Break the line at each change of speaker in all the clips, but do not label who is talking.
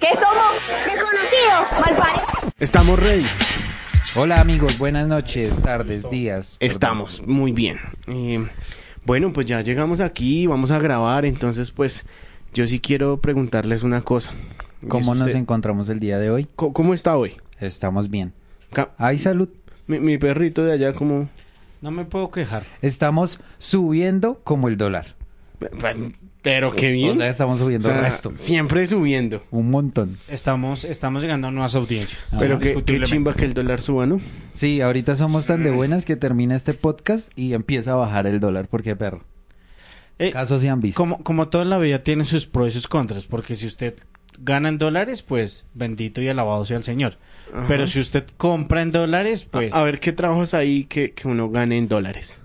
que somos desconocidos, malparidos.
Estamos ready.
Hola amigos, buenas noches, tardes, días.
Estamos muy bien. Eh, bueno, pues ya llegamos aquí, vamos a grabar, entonces pues yo sí quiero preguntarles una cosa. Y
perdón. ¿Cómo
es
nos
usted-
encontramos el día de hoy?
¿Cómo- ¿Cómo está hoy?
Estamos bien.
Ca-
Ay, salud.
Mi, mi perrito de allá como...
No me puedo quejar.
Estamos subiendo como el dólar.
Pero qué bien.
O sea, estamos subiendo
O sea,
el resto.
Siempre subiendo.
Un montón.
Estamos, estamos llegando a nuevas audiencias.
Ah, Pero qué, qué
Indiscutiblemente.
chimba que el dólar suba, ¿no?
Sí, ahorita somos tan de buenas que termina este podcast y empieza a bajar el dólar. porque perro?
Eh,
Casos se han visto.
como, como toda la vida tiene sus pros y sus contras, porque si usted gana en dólares, pues bendito y alabado sea el Señor.
Ajá.
Pero si usted compra en dólares, pues...
A, a ver qué trabajos hay que, que uno gane en dólares.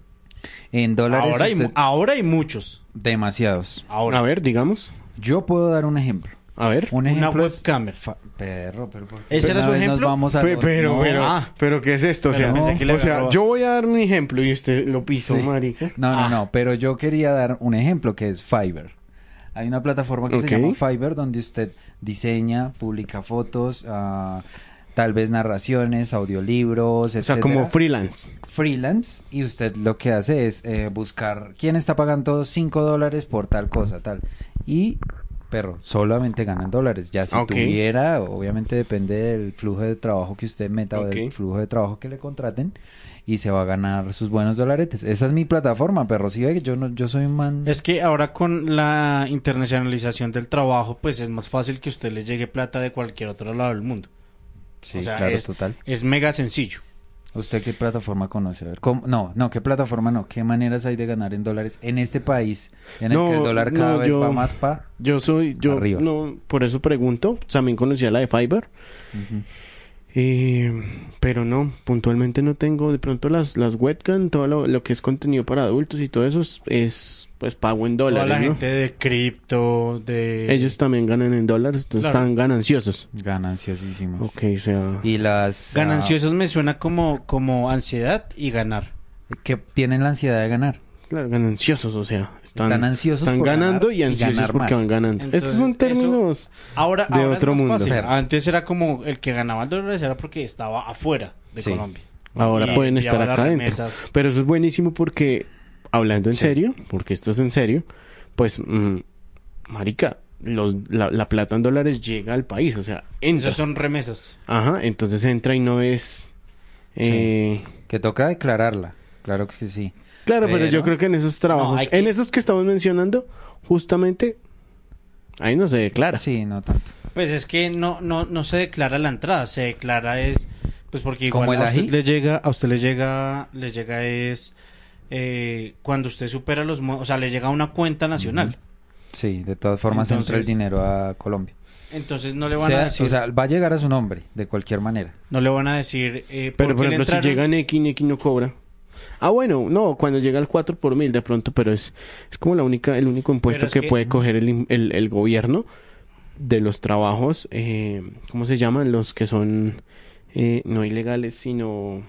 En dólares
ahora, hay, ah. mu-
usted-
ahora hay muchos.
demasiados.
Ahora.
A ver, digamos.
Yo puedo dar un ejemplo.
A ver.
Un
Una
ejemplo es...
webcamer.
Fa- Perro, pero ¿por
¿Ese era
una
su
vez Nos
ejemplo?
vamos a...
Pe- pero,
No,
pero,
ah.
pero, ¿qué es esto? O sea,
Pero pensé que le
o sea,
agarraba.
yo voy a dar mi ejemplo y usted lo pisó,
Sí.
marica.
No, no,
Ah.
no, pero yo quería dar un ejemplo que es Fiverr. Hay una plataforma que
Ok.
se llama Fiverr donde usted diseña, publica fotos, ah, tal vez narraciones, audiolibros,
O sea,
etcétera.
como freelance.
freelance y usted lo que hace es eh, buscar quién está pagando 5 dólares por tal cosa, tal. Y, perro, solamente ganan dólares. Ya si
Ok.
tuviera, obviamente depende del flujo de trabajo que usted meta o del
Ok.
flujo de trabajo que le contraten y se va a ganar sus buenos dólares. Esa es mi plataforma, perro. Si ve que yo, no, yo soy un man...
Es que ahora con la internacionalización del trabajo, pues es más fácil que usted le llegue plata de cualquier otro lado del mundo.
sí,
o sea,
claro,
es-
total.
Es mega sencillo.
¿Usted qué plataforma conoce? A ver, ¿cómo- No, no, ¿qué plataforma no? ¿Qué maneras hay de ganar en dólares en este país en el
No,
que el dólar cada
no,
vez
yo-
va más pa?
Yo soy, yo
Arriba.
no, por eso pregunto. También conocía la de Fiverr.
Ujú.
Eh, pero no, puntualmente no tengo. De pronto las, las webcam, todo lo, lo que es contenido para adultos y todo eso es, es, pues pago en dólares.
Toda la
¿no?
gente de cripto, de...
Ellos también ganan en dólares, entonces
Claro.
están gananciosos.
Gananciosísimos.
Ok, o sea.
Y las ah,
Gananciosos me suena como, como ansiedad y ganar.
que tienen la ansiedad de ganar.
Claro, gananciosos, o sea, están,
Están ansiosos
están
por ganar
ganando
y
y ansiosos
ganar
porque
más.
van ganando. Estos
Entonces,
son
eso-
términos.
Ahora,
De
ahora es
otro
más
mundo.
fácil.
Pero-
Antes era como el que ganaba el dólar era porque estaba afuera de
Sí.
Colombia.
Ahora
Y
pueden
enviaba
estar
las
acá adentro.
remesas.
Pero eso es buenísimo porque, hablando en serio, porque esto es en serio, pues, mm, marica, los, la, la plata en dólares llega al país, o sea, entra.
Esas son remesas.
Ajá, entonces entra y no es... eh,
Que toca declararla. Claro que sí.
Claro, pero, yo
Pero-
creo que en esos trabajos,
hay que-
en esos que estamos mencionando, justamente, ahí no se declara.
Sí, no tanto.
Pues es que no, no, no se declara la entrada, se declara es... Pues porque igual
¿Como el
a usted
ají?
le llega, a usted le llega, le llega es... eh, cuando usted supera los... mo- O sea, le llega a una cuenta nacional.
Sí, de todas formas entra el
Entonces-
dinero a Colombia.
Entonces no le van
Sea-
a decir...
O sea, va a llegar a su nombre, de cualquier manera.
no le van a decir... eh,
Pero,
¿por
por
qué le
ejemplo, si
entraron?
llega Neki, Neki no cobra. Ah, bueno, no, cuando llega al 4 por mil de pronto, pero es, es como la única, el único impuesto
Pero es
que,
que-
puede coger el, im- el- el gobierno de los trabajos, eh, ¿cómo se llaman? Los que son eh, no ilegales, sino...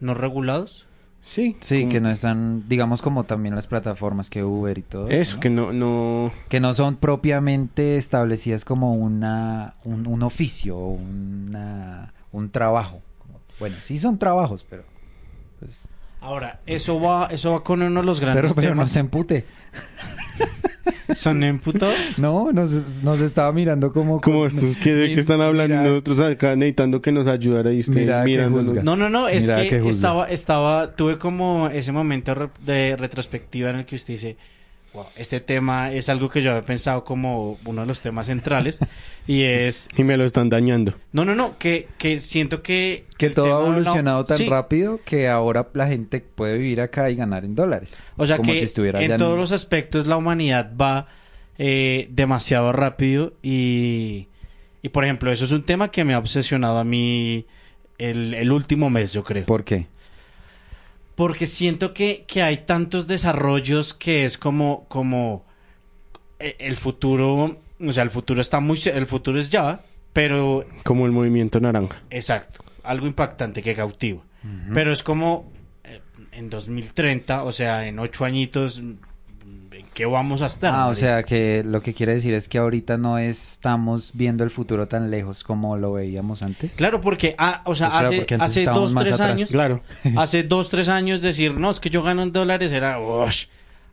¿No regulados?
Sí,
Sí,
como-
que no están, digamos, como también las plataformas que Uber y todo.
Eso,
¿no?
que no, no...
que no son propiamente establecidas como una un, un oficio o una un trabajo Como- bueno sí son trabajos pero pues,
Ahora, eso va, eso va con uno de los
pero,
grandes
pero no
temas.
se empute
¿Son emputados?
no nos, nos estaba mirando como
Como estos que, de
mi-
que están hablando
mira,
y nosotros acá necesitando que nos ayudara y usted
Mira que
mirándonos.
juzga.
No, no, no, es
Mira que
que
juzga.
estaba, estaba, tuve como ese momento re- de retrospectiva en el que usted dice, wow, este tema es algo que yo había pensado como uno de los temas centrales y es,
Y me lo están dañando.
no, no, no, que, que siento que...
que
el
todo
tema
ha
no lo-
evolucionado tan
Sí,
rápido que ahora la gente puede vivir acá y ganar en dólares
O sea
como
que
si estuviera
en
allá
todos los aspectos la humanidad va eh, demasiado rápido y, y, por ejemplo, eso es un tema que me ha obsesionado a mí el, el último mes, yo creo.
por qué
Porque siento que, que hay tantos desarrollos que es como, como e- el futuro, o sea, el futuro está muy, ce- el futuro es ya, pero
Como el movimiento naranja.
exacto, algo impactante que cautiva. Pero es como eh, en 2030, o sea, en ocho añitos, mm, en qué vamos a estar?
Ah, o
marica?
sea que lo que quiere decir es que ahorita no estamos viendo el futuro tan lejos como lo veíamos antes.
Claro, porque, ah, o sea,
Pues claro,
hace,
porque antes
hace
estábamos
dos,
más
tres
atrás.
años,
Claro.
hace dos, tres años decir, no, es que yo gano en dólares era, "Ush".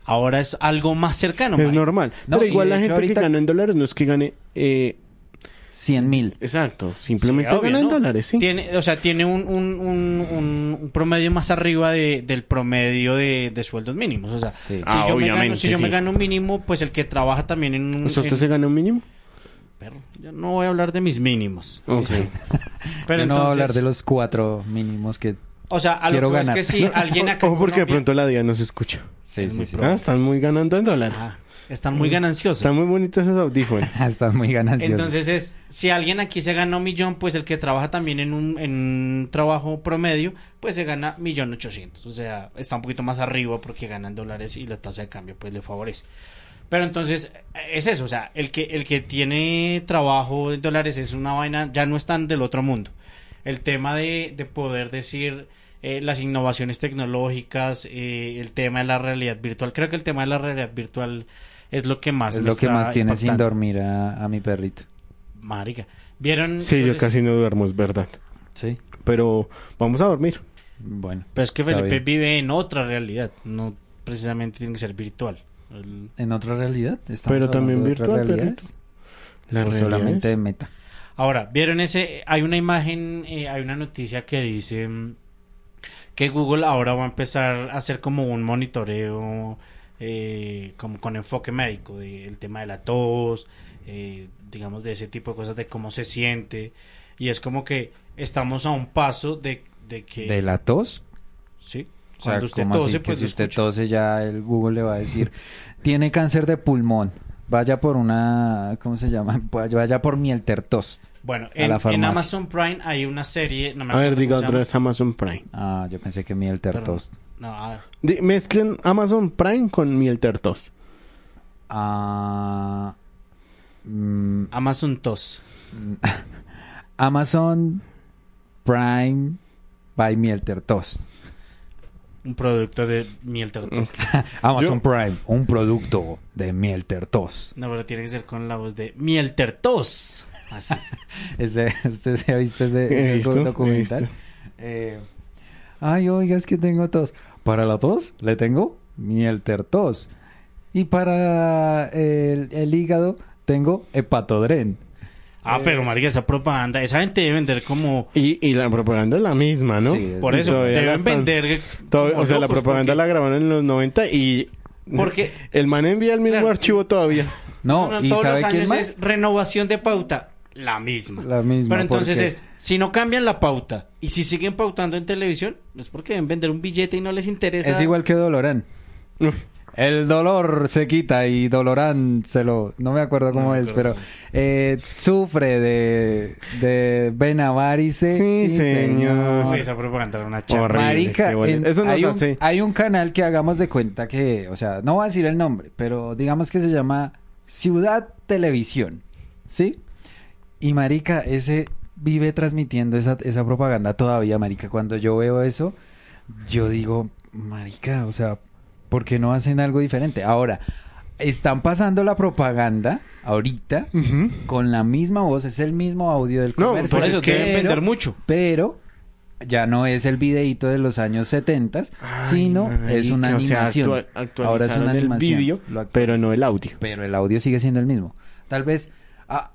ahora es algo más cercano.
es
marica.
normal.
No,
Pero
y
igual
de
la
hecho
gente
ahorita-
que gana en dólares no es que gane... eh,
100 mil.
exacto. Simplemente
Sí, obvio,
gana en
¿no?
dólares, sí.
Tiene, o sea, tiene un, un- un- un- un promedio más arriba de- del promedio de, de sueldos mínimos. O sea,
Sí.
si,
Ah,
yo me gano,
obviamente,
si yo me
sí.
gano un mínimo, pues el que trabaja también en un...
O sea, ¿usted
en-
se gana un mínimo?
Perro, yo no voy a hablar de mis mínimos.
Ok.
Pero
Yo no voy a
entonces-
hablar de los cuatro mínimos que...
O sea, a lo que
Quiero
voy es
ganar.
que si alguien acá... en
Ojo porque de
Colombia-
pronto la DIA no se escucha.
Sí, sí, sí.
Ah, están muy ganando en dólares.
Ah, están muy gananciosos.
están muy bonitos esos audífonos.
Están muy gananciosos.
Entonces es, si alguien aquí se gana un millón, pues el que trabaja también en un, en un trabajo promedio, pues se gana millón ochocientos. O sea, está un poquito más arriba porque ganan dólares y la tasa de cambio pues le favorece. Pero entonces eh, es eso, o sea, el que, el que tiene trabajo en dólares es una vaina, ya no están del otro mundo. El tema de, de poder decir eh, las innovaciones tecnológicas, eh, el tema de la realidad virtual, creo que el tema de la realidad virtual es lo que más
es
me
lo que
está
más tiene sin
impactando.
dormir a, a mi perrito.
Marica. ¿Vieron? Pues,
Sí, yo
les-
casi no duermo, es verdad.
Sí.
Pero vamos a dormir.
Bueno.
Pero es que
Está
Felipe
bien.
vive en otra realidad. No precisamente tiene que ser virtual. El-
¿En otra realidad? ¿Estamos
Pero también
hablando de otras
virtual,
realidades?
perrito. La
Pues
¿O
realidad
Pues solamente
es-
de meta.
Ahora, ¿vieron ese? Hay una imagen, eh, hay una noticia que dice mm, que Google ahora va a empezar a hacer como un monitoreo eh, como con enfoque médico del tema de la tos, eh, digamos de ese tipo de cosas, de cómo se siente. Y es como que estamos a un paso de, de que...
¿De la tos?
Sí.
O sea,
Cuando usted
¿cómo así
tose,
que
pues
si
lo
usted
escucha.
tose ya el Google le va a decir, tiene cáncer de pulmón, vaya por una, ¿cómo se llama? Vaya por mielter tos.
Bueno,
a
en,
la
en
farmacia.
Amazon Prime hay una serie. No me
A ver,
acuerdo
diga
cómo se
otra
llama.
vez Amazon Prime.
Ah, yo pensé que mielter
Pero-
tos.
No, a ver.
Di- mezclen Amazon Prime con miel tertos.
Ah, mm,
Amazon Tos.
Amazon Prime by mielter tos.
Un producto de miel
Mm.
Tos.
Amazon Prime, un producto de mielter tos.
No, pero tiene que ser con la voz de miel Tos. Así.
Ese, ¿Usted se ha visto ese,
He
ese
visto, he
documental?
visto.
Eh, ay, oiga, es que tengo tos. Para la tos le tengo mielter tos. Y para el, el hígado tengo hepatodren.
Ah, pero marica, esa propaganda. Esa gente debe vender como.
Y, y la propaganda es la misma, ¿no?
Sí, es-
Por
Y
eso,
todavía
deben
gastan-
vender.
todavía-
como
o sea, la
locos,
propaganda la
porque-
grabaron en los 90 y...
Porque-
El man envía el mismo
Claro.
archivo todavía.
No,
no,
¿y
todos
sabe
los
quién
años
más?
es renovación de pauta. La misma.
La misma,
Pero entonces
porque-
es, si no cambian la pauta y si siguen pautando en televisión, es porque deben vender un billete y no les interesa.
Es igual que Dolorán.
Uf.
El dolor se quita y Dolorán se lo... No me acuerdo cómo
me
es,
acuerdo
pero... eh, sufre de... De venavárice.
Sí, señor.
Uy, Esa propaganda era una
Horrible,
charla.
Marica,
qué bueno.
en-
Eso nos
hay, un,
hace-
hay un canal que hagamos de cuenta que, o sea, no voy a decir el nombre, pero digamos que se llama Ciudad Televisión, ¿sí? Y Marica, ese vive transmitiendo esa, esa propaganda todavía, Marica. Cuando yo veo eso, yo digo, Marica, o sea, ¿por qué no hacen algo diferente? Ahora, están pasando la propaganda ahorita
Mm.
con la misma voz, es el mismo audio del
No,
comercio.
Por
Pues
eso
es que-
deben vender mucho.
Pero ya no es el videíto de los años 70,
Ay,
sino es una
marica, o sea,
animación.
actua- actualizaron
Ahora es una
el
animación.
vídeo,
Lo actualiz-
pero no el audio.
pero el audio sigue siendo el mismo. Tal vez ah,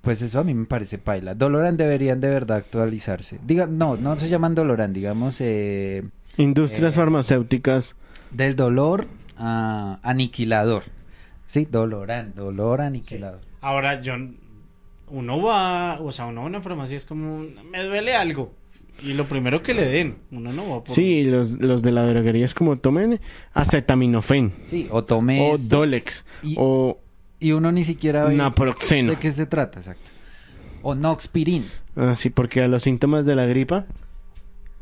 pues eso a mí me parece paila. Doloran deberían de verdad actualizarse. Diga, no, no se llaman Doloran, digamos eh,
Industrias
Eh,
farmacéuticas.
del dolor a aniquilador. Sí, Doloran, dolor aniquilador.
Ahora, yo, uno va, o sea, uno va a una farmacia es como, me duele algo. Y lo primero que le den, uno no va por...
Sí, los, los de la droguería es como tomen acetaminofén.
Sí, o tome
o
esto,
Dolex.
Este, y-
o
y uno ni siquiera ve
naproxeno.
de qué se trata, exacto. O Noxpirin.
Así, Ah, porque a los síntomas de la gripa.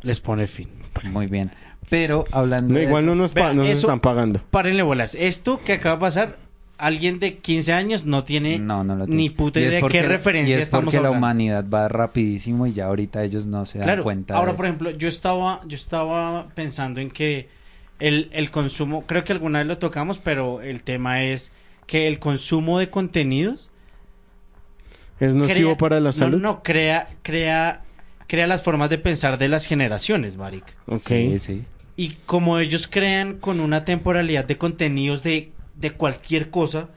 Les pone fin.
Pues Muy bien. Pero hablando
No,
de
igual
eso-
no nos,
Vea,
pa- no nos
eso-
están pagando.
Párenle bolas. Esto que acaba de pasar, alguien de 15 años no tiene
No, no lo
ni
tiene.
puta
Y es
idea de
porque-
qué referencia
y es
estamos
porque la
hablando.
humanidad va rapidísimo y ya ahorita ellos no se dan
Claro,
cuenta.
ahora
de-
por ejemplo, yo estaba, yo estaba pensando en que el, el consumo, creo que alguna vez lo tocamos, pero el tema es que el consumo de contenidos
¿Es nocivo
crea-
para la salud?
No, no, crea, crea, crea las formas de pensar de las generaciones, Marica.
Ok.
Sí, sí.
Y como ellos crean con una temporalidad de contenidos de, de cualquier cosa,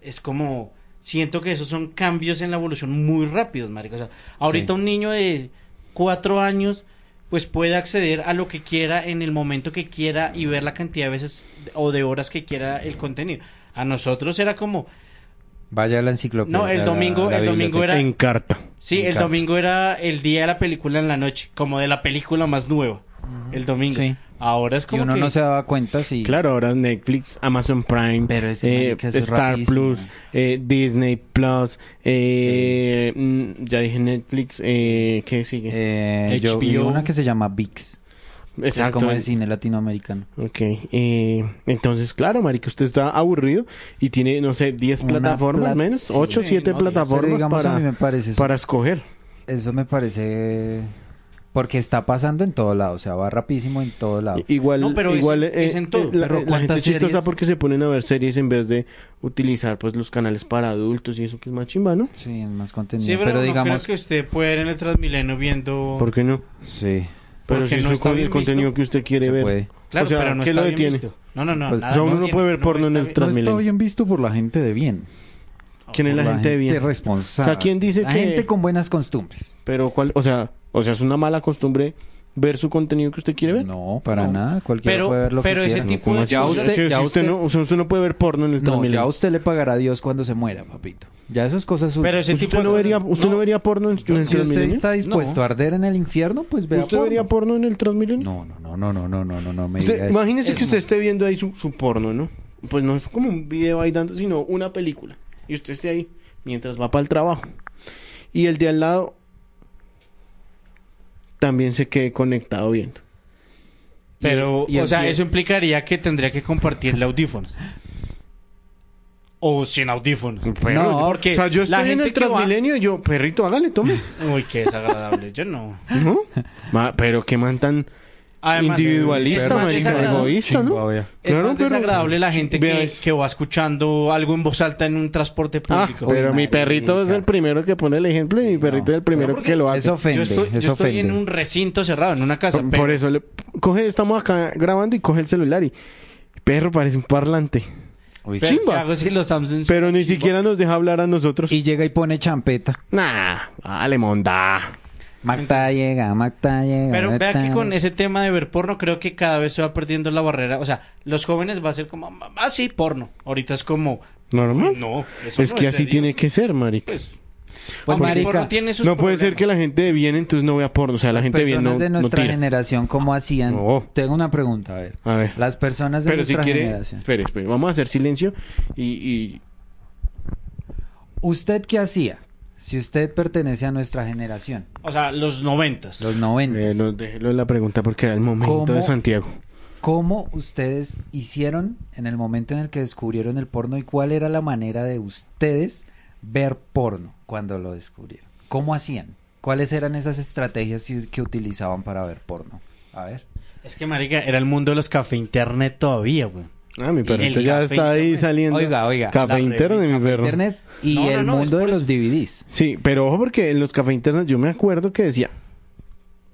es como. Siento que esos son cambios en la evolución muy rápidos, marica. O sea, ahorita un niño de cuatro años, pues puede acceder a lo que quiera en el momento que quiera y ver la cantidad de veces o de horas que quiera el contenido. A nosotros era como.
Vaya a la enciclopedia.
No,
a
el
la-
domingo-
a la
el domingo
biblioteca.
era-
En carta.
Sí,
Me
el
encanta.
domingo era el día de la película en la noche, como de la película más nueva. El domingo.
Sí.
Ahora es
Y
como
uno
que
no se daba cuenta si...
Claro, ahora Netflix, Amazon Prime,
Pero ese
eh,
marica, eso es
Star
rapidísimo.
Plus, eh, Disney Plus, eh, mm, ya dije Netflix, eh, ¿qué sigue?
Eh, yo vi
HBO.
una que se llama VIX. que Es
Exacto.
como el cine latinoamericano.
Ok, eh, entonces claro, marica, usted está aburrido y tiene, no sé, 10
Una
plataformas
plat-
menos,
sí,
8 o 7
no,
Pero
plataformas
digamos, a mí me
para,
parece eso.
para escoger.
Eso me parece... Porque está pasando en todo lado. O sea, va rapidísimo en todo lado.
Igual,
No, pero es-
igual eh,
es en todo.
la,
Pero
la
¿cuántas
gente es chistosa
series?
porque se ponen a ver series en vez de utilizar pues los canales para adultos y eso que es más chimba, ¿no?
Sí, en más contenido.
Sí, pero,
pero
no
digamos...
creo que usted pueda ir en el Transmilenio viendo...
Oh.
¿Por qué no?
Sí.
Pero
Porque
si
no
es
está
con- el
bien
contenido
visto.
que usted quiere
Se
ver.
puede.
Claro,
o sea,
pero no
¿qué
está
lo
bien
detiene?
visto. No, no, no.
Pues,
nada,
o sea, uno
no
no
sirve,
puede ver
no
porno en
está
el
bien.
tra- Transmilenio.
visto por la gente de bien.
¿Quién es la,
Por
gente, bien?
responsable.
O sea, ¿quién dice
la
que-
gente con buenas costumbres.
Pero cuál, o sea, o sea, es una mala costumbre ver su contenido que usted quiere ver.
No, para
No.
nada. Cualquiera
Pero-
puede ver lo
pero
que
ese
quiera.
tipo
¿Cómo
de-
así?
Ya
O sea,
usted-
si-
ya
si usted
usted-
no, o sea, usted no puede ver porno en el
No,
Transmilenio.
ya usted le pagará a Dios cuando se muera, papito. Ya eso es cosa suya.
Pero ese
¿Usted
tipo de
no
cosas-
vería, usted no, vería porno en, en el
si usted
Transmilenio?
está dispuesto
No.
a arder en el infierno, pues vea
¿Usted vería
porno.
porno en el Transmilenio?
No, no, no, no, no, no, no, no, no me
Usted-
diga eso.
imagínese
Es
que usted
más.
esté viendo ahí su, su porno, ¿no? Pues no es como un video ahí dando, sino una película. Y usted esté ahí mientras va para el trabajo. Y el de al lado también se quede conectado viendo.
Pero,
Y- y
o sea,
el-
eso implicaría que tendría que compartirle audífonos. O sin audífonos.
No,
porque
o sea, yo
la
estoy en
gente
el
que va-
Transmilenio y yo, perrito, hágale, tome.
Uy, qué desagradable. Yo no.
¿No? Ma- pero qué man tan individualista,
es más
marica,
desagradable.
egoísta, ¿no?
Chimba, Ah, vea.
Es
Claro,
más
pero-
desagradable la gente
Vea
que,
eso.
que va escuchando algo en voz alta en un transporte
Ah,
público.
pero mi
marica.
perrito es el primero que pone el ejemplo y mi perrito es el
Pero
primero
porque
que lo hace.
Eso ofende,
yo estoy, yo
eso
estoy
ofende.
en un recinto cerrado, en una casa.
Por-
pero-
Por eso, le- coge, estamos acá grabando y coge el celular y... Perro parece un parlante.
Uy,
pero,
sí.
chimba.
¿qué hago si los Samsung
Pero ni siquiera nos deja hablar a nosotros.
Y llega y pone champeta.
Nah, dale, monda.
Magda llega, Magda llega.
Pero vea
Magda-
que con ese tema de ver porno creo que cada vez se va perdiendo la barrera. O sea, los jóvenes va a ser como, ah, sí, porno. Ahorita es como,
¿Normal?
no, eso
es
no
que
de
así
Dios.
tiene que ser, marica.
Pues,
Pues,
aunque el
marica,
porno tiene sus
No puede ser
problemas.
que la gente de bien entonces no vea porno. O sea, la gente de bien
personas
no,
de
no
nuestra
tira.
generación, ¿cómo hacían?
No.
Tengo una pregunta, a ver.
A ver.
Las personas de
Pero si
nuestra
quiere...
generación.
Espere, espere. Vamos a hacer silencio y... y-
¿Usted qué hacía si usted pertenece a nuestra generación?
O sea, los noventas.
Los 90.
eh, no, déjelo en la pregunta porque era el momento
¿Cómo?
de Santiago.
¿Cómo ustedes hicieron en el momento en el que descubrieron el porno y cuál era la manera de ustedes ver porno cuando lo descubrieron? ¿Cómo hacían? ¿Cuáles eran esas estrategias y- que utilizaban para ver porno? A ver.
Es que, marica, era el mundo de los café internet todavía, güey.
Ah, mi
Y
perrito
el
ya
café
está ahí
internet.
saliendo.
Oiga, oiga,
Café
la
interno de mi perro.
Internet y
No, no,
el
no, es
mundo de
por
los
eso.
DVDs.
Sí, pero ojo porque en los cafés internos yo me acuerdo que decía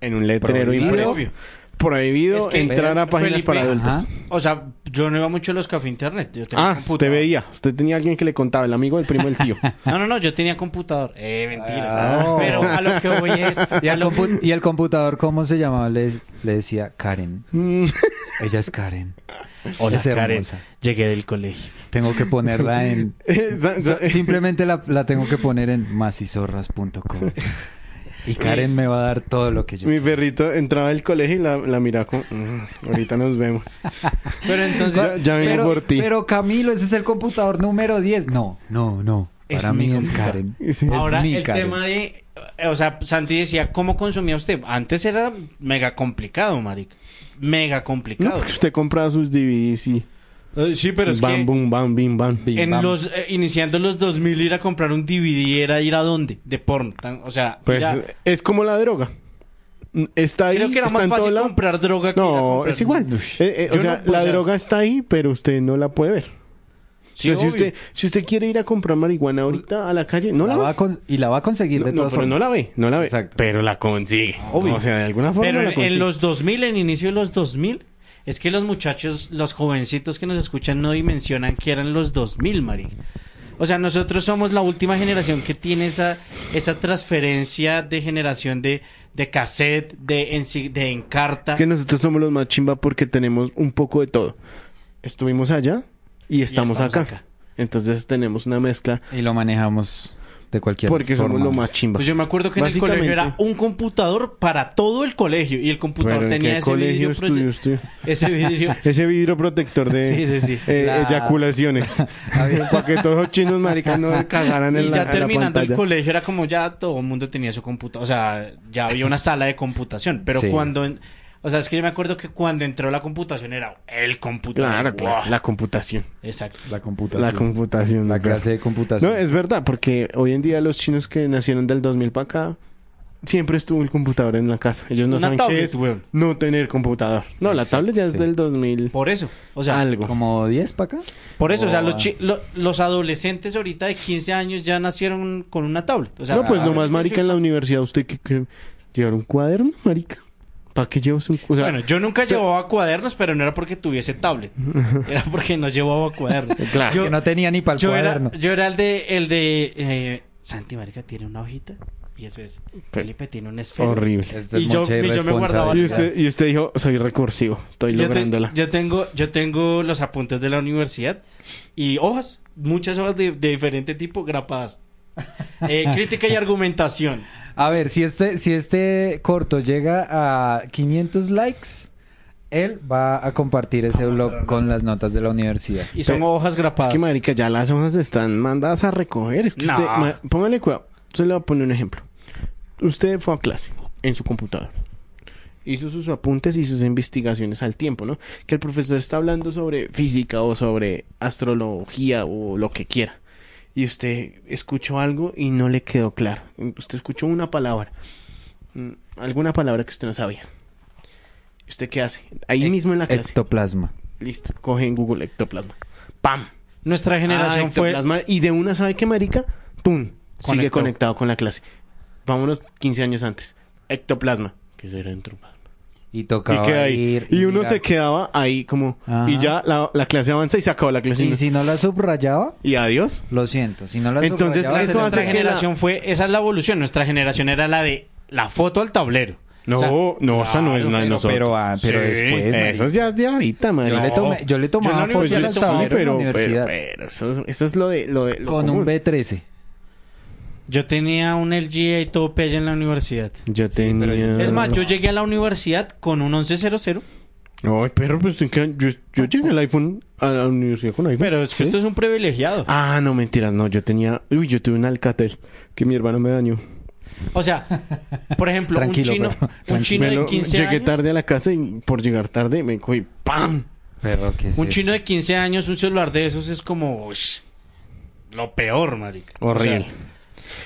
en un letrero
Prohibido.
impreso,
Obvio.
prohibido
Es que
entrar a
Felipe-
páginas para adultos.
Ajá.
O sea, yo no iba mucho a los café internet. Yo tenía
Ah, usted
computador.
veía, usted tenía alguien que le contaba, el amigo, el primo, el tío.
No, no, no, yo tenía computador. Eh, mentiras.
Ah, no.
Pero a lo que voy es.
Y,
a
el
lo-
compu- y el computador, ¿cómo se llamaba? Le, le decía Karen.
Mm,
Ella es Karen.
Hola,
Es hermosa.
Karen. Llegué del colegio.
Tengo que ponerla en...
sa- sa-
So- Simplemente la, la tengo que poner en macizorras.com. Y Karen me va a dar todo lo que yo.
mi perrito entraba del colegio y la, la miraba como, "Mm, ahorita nos vemos.
Pero entonces.
Ya, ya vengo
pero,
por ti.
pero Camilo, ese es el computador número 10. No, no, no.
Es
Para
mi
mí es
computador.
Karen.
Sí.
Es
Ahora,
mi
el
Karen.
tema de. eh, O sea, Santi decía, ¿cómo consumía usted? Antes era mega complicado, marica. Mega
No,
complicado.
porque usted compraba sus DVDs y
Eh, sí, pero es
bam,
que.
bum, bam, bim, bam.
Bim,
En
bam.
los, eh, iniciando los 2000, ir a comprar un DVD era ir a dónde? De porno. tan- o sea,
Pues
era-
es como la droga. Mm, está ahí.
Creo que era
está
más
en todo
fácil
lado.
comprar droga que ir a
No,
comprar-
es igual. Eh, eh, o
Yo
sea,
no, pues,
la
o sea-
droga está ahí, pero usted no la puede ver. O
Sí,
sea, si
obvio.
usted si usted quiere ir a comprar marihuana ahorita a la calle, no la,
La
ve.
va a con- y la va a conseguir
No,
de
no,
todas
pero no
formas.
la ve, no la ve.
Exacto.
Pero la consigue.
Obvio.
O sea, de alguna forma
Pero
la
en, en
consigue.
los 2000, en inicio de los 2000, es que los muchachos, los jovencitos que nos escuchan no dimensionan que eran los 2000, Mari. O sea, nosotros somos la última generación que tiene esa, esa transferencia de generación de, de cassette, de, enci- de encarta.
Es que nosotros somos los más chimba porque tenemos un poco de todo. Estuvimos allá y estamos,
estamos
acá.
acá.
Entonces tenemos una mezcla
Y lo manejamos de cualquier
porque somos
forma.
lo más chimba.
Pues yo me acuerdo que en el colegio era
Básicamente.
un computador para todo el colegio y el computador
Pero, ¿en
tenía
qué
ese
colegio
vidrio, proye-
estudió usted?
ese vidrio.
Ese vidrio protector de
Sí, sí, sí.
eh,
La-
eyaculaciones. Para que todos los chinos maricanos cagaran en la,
y
en
ya
la
terminando el
pantalla.
colegio era como ya todo el mundo tenía su computadora, o sea, ya había una sala de computación, pero
Sí.
cuando, en- o sea, es que yo me acuerdo que cuando entró la computación era el computador.
Claro,
Wow.
claro, la computación.
Exacto.
La computación.
La computación.
La
claro.
clase de computación.
No, es verdad, porque hoy en día los chinos que nacieron del 2000 para acá siempre estuvo el computador en la casa. Ellos no
Una
saben
tablet,
qué es
weón.
no tener computador. No, la
Exacto,
tablet ya
sí.
es del 2000
Por eso, o sea,
algo.
Como 10 para acá.
por eso, o sea,
Oh,
los,
ah.
chi- lo- los adolescentes ahorita de 15 años ya nacieron con una tablet, o sea,
no, pues
ah,
nomás
yo
marica
soy
en la
fan.
universidad usted que, que llevar un cuaderno, marica. ¿Para qué llevas un cuaderno?
Bueno, yo nunca llevaba cuadernos, pero no era porque tuviese tablet, era porque no llevaba cuadernos.
Claro.
Yo-
que no tenía ni para el
Yo era,
cuaderno.
yo era el de, el de eh, Santi Marica tiene una hojita y eso es. Felipe tiene un esfero.
Horrible.
Esto es
y yo-
mucha
y yo me guardaba-
Y
irresponsabilidad.
usted, y usted dijo, soy recursivo, estoy
Yo, te-
lográndola.
yo tengo, yo tengo los apuntes de la universidad y hojas, muchas hojas de, de diferente tipo grapadas. Eh, crítica y argumentación.
A ver, si este, si este corto llega a 500 likes, él va a compartir ese blog con las notas de la universidad.
Y son
Pero-
hojas
Es
grapadas.
que, marica, ya las hojas están mandadas a recoger. Es que
No.
usted, ma- póngale cuidado. Se le voy a poner un ejemplo. Usted fue a clase en su computador. Hizo sus apuntes y sus investigaciones al tiempo, ¿no? Que el profesor está hablando sobre física o sobre astrología o lo que quiera. Y usted escuchó algo y no le quedó claro. Usted escuchó una palabra. Mm, Alguna palabra que usted no sabía. ¿Y ¿Usted qué hace? Ahí mismo en la clase.
E- Ectoplasma.
Listo. Coge en Google ectoplasma. ¡Pam!
Nuestra generación
Ah,
fue.
ectoplasma. Y de una, ¿sabe qué, marica? ¡Pum! Sigue
Conectó.
conectado con la clase. Vámonos 15 años antes. Ectoplasma. ¿Qué será ectoplasma?
Y
Y
tocaba
queda ahí.
ir.
Y uno
mirar.
se quedaba ahí como...
Ajá.
Y ya la, la clase avanza y se acabó la clase. Y,
Y si no la subrayaba,
adiós.
lo siento. Si no la
Entonces,
subrayaba,
eso
se
hace
le
nuestra
que la-
generación fue. Esa es la evolución. Nuestra generación era la de la foto al tablero.
No,
O sea,
no, esa Pues no es
claro,
una de
pero-
nosotros.
Pero, ah, pero
Sí,
después. marica.
eso ya es de ahorita,
Yo, le
marica.
No.
tomé- yo le tomaba
Yo en la
fotos
Pues
ya
yo
lo
al
sí,
tomaba,
tablero en la
pero, pero,
universidad.
pero eso, es- eso es lo de... Lo de lo
con un
común.
B13.
Yo tenía un LG y todo pella en la universidad.
Yo tenía...
Es más, yo llegué a la universidad con un 1100,
Ay, perro, pues ¿en qué- yo, yo llegué al iPhone, a la universidad con iPhone.
pero es que
¿Sí?
esto es un privilegiado.
Ah, no, mentiras, no, yo tenía... Uy, yo tuve un Alcatel que mi hermano me dañó.
O sea, por ejemplo, un
Tranquilo,
chino,
perro,
un
tranquilo.
chino
Me
de
lo-
15
llegué
años,
tarde a la casa y por llegar tarde me cogí ¡pam!
Pero, ¿qué es
un
eso?
chino de 15 años, un celular de esos es como ush, lo peor, marica.
Horrible.
O sea,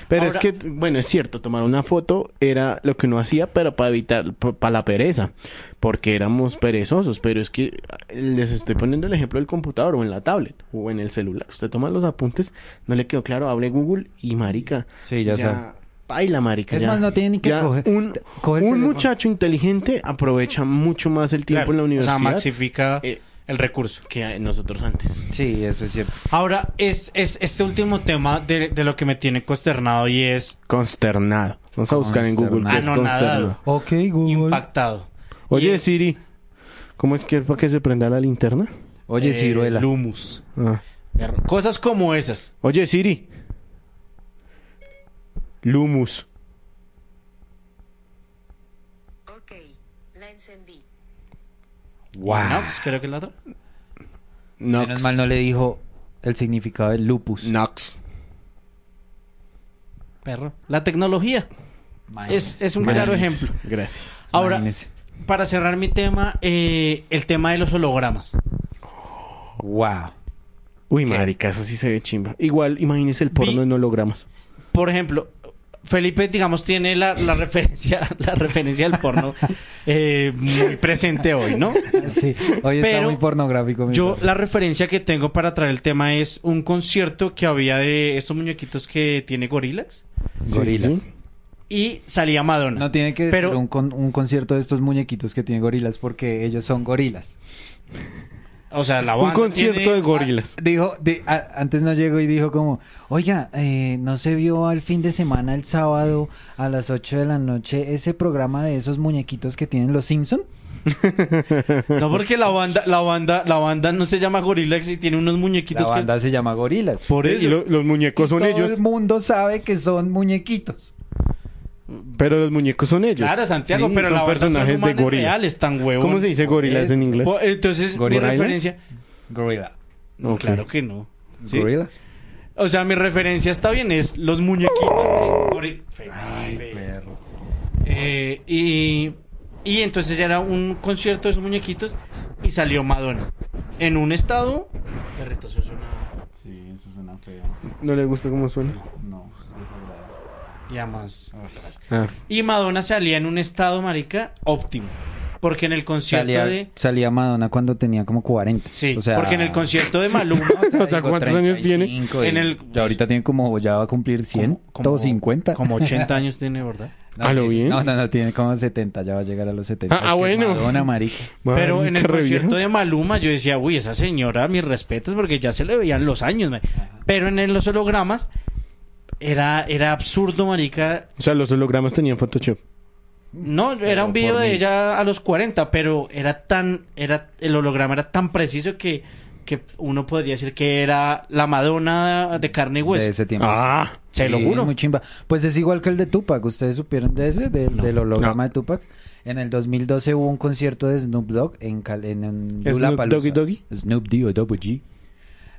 Pero
ahora-
es que, bueno, es cierto, tomar una foto era lo que uno hacía, pero para evitar, pa- para la pereza, porque éramos perezosos, pero es que eh, les estoy poniendo el ejemplo del computador o en la tablet o en el celular. Usted toma los apuntes, no le quedó claro, abre Google y marica.
Sí, ya sabe.
ya baila, marica.
Es
ya.
más, no tiene ni que
Ya
coger-
Un,
te- coge el
un
teléfono.
muchacho inteligente aprovecha mucho más el tiempo
claro,
en la universidad
O sea, maxifica
eh,
el recurso.
que nosotros antes.
Sí, eso es cierto.
Ahora, es, es este último tema de, de lo que me tiene consternado y es
Consternado. Vamos a buscar en Google
Ah,
qué es
Anonadado.
consternado.
Ok, Google.
impactado. Y
Oye,
es,
Siri, ¿cómo es que es para que se prenda la linterna?
Oye,
eh,
Ciruela.
Lumus.
Ah.
Perro. Cosas como esas.
Oye, Siri. Lumus.
Ok, la encendí.
Nox, pues, creo que es la otra.
Nox.
Menos mal no le dijo el significado del lupus.
Nox.
Perro. La tecnología. Es, es un claro
Gracias.
ejemplo.
Gracias.
Ahora,
Imagínese.
para cerrar mi tema, eh, el tema de los hologramas.
Wow.
Uy,
¿Qué?
marica, eso sí se ve chimba. Igual, imagínese el porno
Vi-
en hologramas.
Por ejemplo, Felipe, digamos, tiene la, la referencia, la referencia del porno eh, muy presente hoy, ¿no?
Sí, hoy está
Pero
muy pornográfico. mi
Yo
perro.
la referencia que tengo para traer el tema es un concierto que había de estos muñequitos que tiene Gorillax
sí,
Gorilas.
sí.
y salía Madonna.
No tiene que
Pero-
ser un, con- un concierto de estos muñequitos que tienen gorilas porque ellos son gorilas.
O sea, la
Un
banda
concierto
tiene-
de gorilas.
Dijo, di- a- antes no llegó y dijo como, oiga, eh, ¿no se vio al fin de semana, el sábado, a las 8 de la noche, ese programa de esos muñequitos que tienen los Simpson?
Ah, No porque la banda, la banda, la banda no se llama Gorillax y tiene unos muñequitos
La
que-
banda se llama Gorilas.
por
Y
eso.
lo- los muñecos son
Todo
ellos,
el mundo sabe que son muñequitos.
pero los muñecos son ellos.
Claro, Santiago,
Sí,
pero
son
la banda son
personajes de
humanos
gorilas.
reales, tan huevón.
¿Cómo se dice gorilas en inglés?
Po- Entonces, mi
¿Gorilla?
referencia.
Gorila.
No,
Ok.
claro que no. ¿sí?
Gorila.
O sea, mi referencia está bien, es los muñequitos de Goril.
Ay, perro.
Eh, y, y entonces era un concierto de esos muñequitos y salió Madonna. En un estado. Perrito, eso suena-
Sí, eso suena feo.
No le gusta cómo suena.
No, desagradable.
Ya más.
Ah,
Y Madonna salía en un estado, marica, óptimo. Porque en el concierto
Salía,
de.
salía Madonna cuando tenía como 40.
Sí,
O sea,
porque en el concierto de Maluma.
O sea, ¿cuántos años tiene?
35 y
En el-
ya ahorita tiene como, ya va a cumplir 100, todo 50.
Como 80 años tiene, ¿verdad?
No,
¿A lo
sí.
bien?
No, no, no, tiene como 70, ya va a llegar a los 70.
Ah, ah,
Es que
bueno.
Madonna, marica.
Ah,
Pero
marica,
en el
re vieja.
concierto de Maluma yo decía, uy, esa señora, mis respetos, porque ya se le veían los años, man". Pero en el- los hologramas era, era absurdo, marica.
O sea, los hologramas tenían Photoshop.
No, era
Pero
un video
por
de
mí.
ella a los 40, pero era tan, era, el holograma era tan preciso que, que uno podría decir que era la Madonna de carne y
de
hueso.
ese tiempo.
Ah,
Se lo
Sí,
juro.
Muy chimba. Pues es igual que el de Tupac. ¿Ustedes supieron de ese? Del, del holograma
No.
de Tupac. En el 2012 hubo un concierto de Snoop Dogg en, Cal en, en
¿Snoop
Lollapalooza.
Doggy Doggy?
Snoop D o Double G.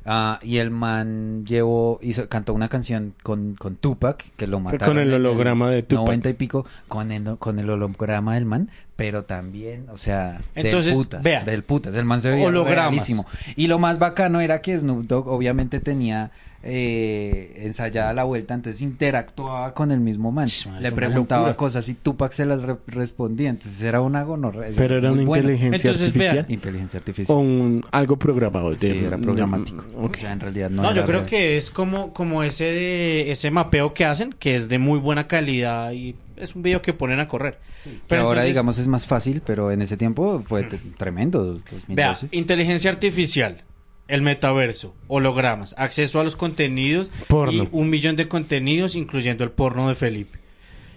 Ah, y el man llevó, hizo, cantó una canción con, con Tupac, que lo mataron.
con el
en
holograma de Tupac.
90 y pico, con el, con el holograma del man, pero también, o sea,
Entonces,
del putas.
vea.
Del putas. El man se veía
Hologramas.
realísimo. Y lo más bacano era que Snoop Dogg obviamente tenía eh, ensayada la vuelta, entonces interactuaba con el mismo man.
Sí, marica,
Le
una
preguntaba
locura.
cosas y Tupac se las re- respondía. Entonces era una gonorrea.
pero era una
muy buena.
inteligencia
Entonces, vea,
artificial.
Inteligencia
O
artificial.
un, algo programado. de-
pues, Sí, era programático.
de- ok.
O sea, en realidad no,
No, yo
era
creo
real.
que es como, como ese de- ese mapeo que hacen, que es de muy buena calidad y es un video que ponen a correr.
Que ahora,
entonces,
digamos, es más fácil, pero en ese tiempo fue t- tremendo. 2012.
Vea, inteligencia artificial, el metaverso, hologramas, acceso a los contenidos
Porno.
y un millón de contenidos, incluyendo el porno de Felipe.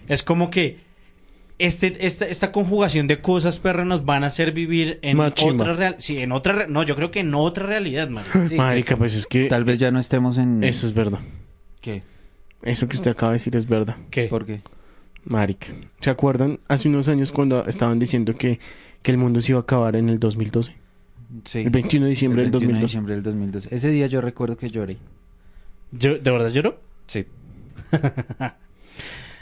Es como que este, esta, esta conjugación de cosas, perra, nos van a hacer vivir en
Más chimba.
otra realidad. Sí, en otra. re- No, yo creo que en otra realidad, marica.
Sí,
Marica, pues es que
Tal vez ya no estemos en...
eso es verdad.
¿Qué?
Eso que usted acaba de decir es verdad.
¿Qué?
¿Por qué?
Marica. ¿Se acuerdan hace unos años cuando estaban diciendo que, que el mundo se iba a acabar en el 2012?
Sí.
El 21 de diciembre
El
del
21 de
2012.
diciembre del 2012. Ese día yo recuerdo que lloré.
Yo- ¿De verdad lloro?
Sí.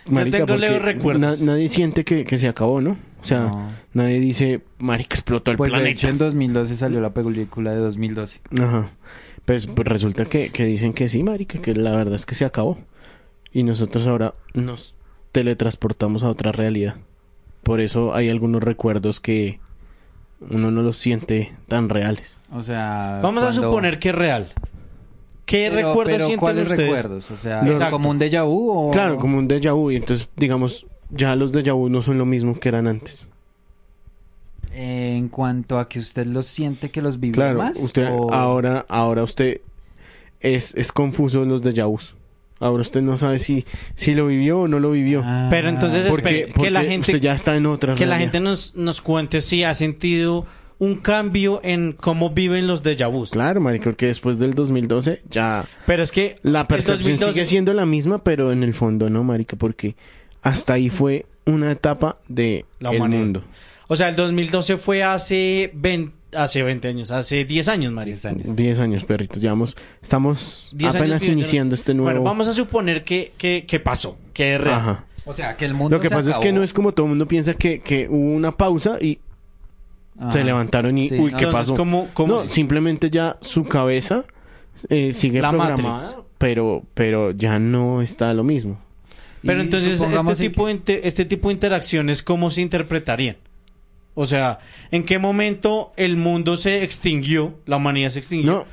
tengo
porque
leves recuerdos.
na- nadie siente que, que se acabó, ¿no? O sea,
No.
nadie dice, Marica explotó el
Pues de hecho
planeta.
en 2012 salió la película de 2012.
Ajá. Pues, pues resulta que, que dicen que sí, Marica, que la verdad es que se acabó. Y nosotros ahora nos teletransportamos a otra realidad. Por eso hay algunos recuerdos que uno no los siente tan reales.
O sea...
Vamos a
cuando-
suponer que es real. ¿Qué
Ah, Pero-
recuerdos
pero
sienten
¿cuáles
ustedes?
recuerdos? O sea,
Los-
¿como un déjà vu o...?
Claro, como un déjà vu. Y entonces, digamos, ya los déjà vu no son lo mismo que eran antes.
Eh, en cuanto a que usted los siente que los vivió
Claro,
más.
usted
o-
ahora, ahora usted es, es confuso en los déjà vus. Ahora usted no sabe si, si lo vivió o no lo vivió.
Ah.
Pero entonces-
porque,
espere, que
porque
la gente-
usted ya está en otra
Que la
realidad.
gente nos, nos cuente si ha sentido un cambio en cómo viven los déjà vus.
Claro, marica, porque después del 2012 ya
Pero es que
la percepción
el 2012
sigue siendo la misma, pero en el fondo no, marica, porque hasta ahí fue una etapa de
La
el
humanidad.
mundo.
O sea, el 2012 fue hace 20, hace 20 años, hace 10 años, María.
10 años.
10 años, perritos, llevamos estamos
10
apenas
años y-
iniciando este nuevo
Bueno, vamos a suponer que, que, que pasó, que es real.
Ajá.
O sea, que el mundo
Lo que
se
pasa es que
acabó.
no es como todo el mundo piensa que, que hubo una pausa y
Ajá.
se levantaron y
Sí,
uy,
no,
¿qué
Entonces,
pasó?
¿cómo- cómo-
No, simplemente ya su cabeza eh, sigue
La
programada,
Matrix.
pero pero ya no está lo mismo.
Pero
Y
entonces, este
supongamos en
tipo,
que-
de inter- este tipo de interacciones, ¿cómo se interpretarían? O sea, ¿en qué momento el mundo se extinguió? La humanidad se extinguió.
No,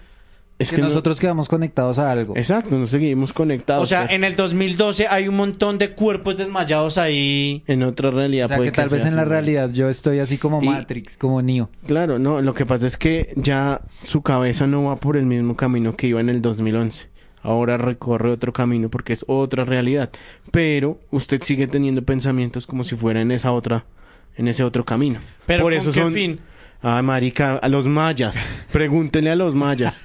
es
que
que no-
nosotros quedamos conectados a algo.
exacto, nos seguimos conectados.
O sea,
pues.
en el 2012 hay un montón de cuerpos desmayados ahí.
En otra realidad.
o sea,
puede
que tal vez
sea
en la
así.
realidad yo estoy así como
Y-
Matrix, como Neo.
Claro, no, lo que pasa es que ya su cabeza no va por el mismo camino que iba en el 2011. Ahora recorre otro camino porque es otra realidad. Pero usted sigue teniendo pensamientos como si fuera en esa otra, en ese otro camino.
Pero
por
¿con
eso
qué
son.
fin?
Ah, marica, a los mayas. Pregúntele a los mayas.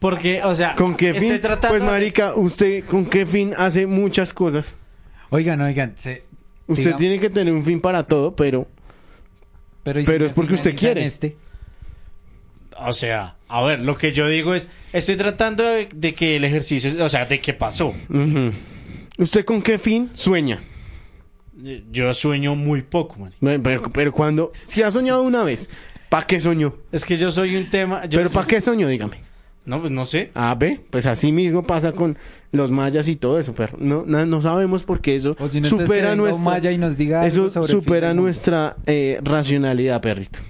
Porque, o sea,
¿Con qué
estoy
fin?
tratando
Pues
de-
marica, usted con qué fin hace muchas cosas.
Oigan, oigan, se-
Usted
digamos-
tiene que tener un fin para todo, pero
¿y
pero
me
es porque usted
finaliza en
quiere.
este?
O sea, a ver, lo que yo digo es, estoy tratando de, de que el ejercicio, o sea, de qué pasó.
ujú. ¿Usted con qué fin sueña?
Yo sueño muy poco, man.
Bueno, Pero, pero cuando, si ha soñado una vez, ¿para qué soñó?
Es que yo soy un tema... yo-
¿Pero para qué soñó? Dígame.
No, pues no sé.
Ah, ve, pues así mismo pasa con los mayas y todo eso, pero no, na- no sabemos por qué eso
O si no, entonces que
supera
venga un
nuestra...
maya y nos diga algo
eso
sobre el fin
supera
del mundo.
nuestra eh, racionalidad, perrito.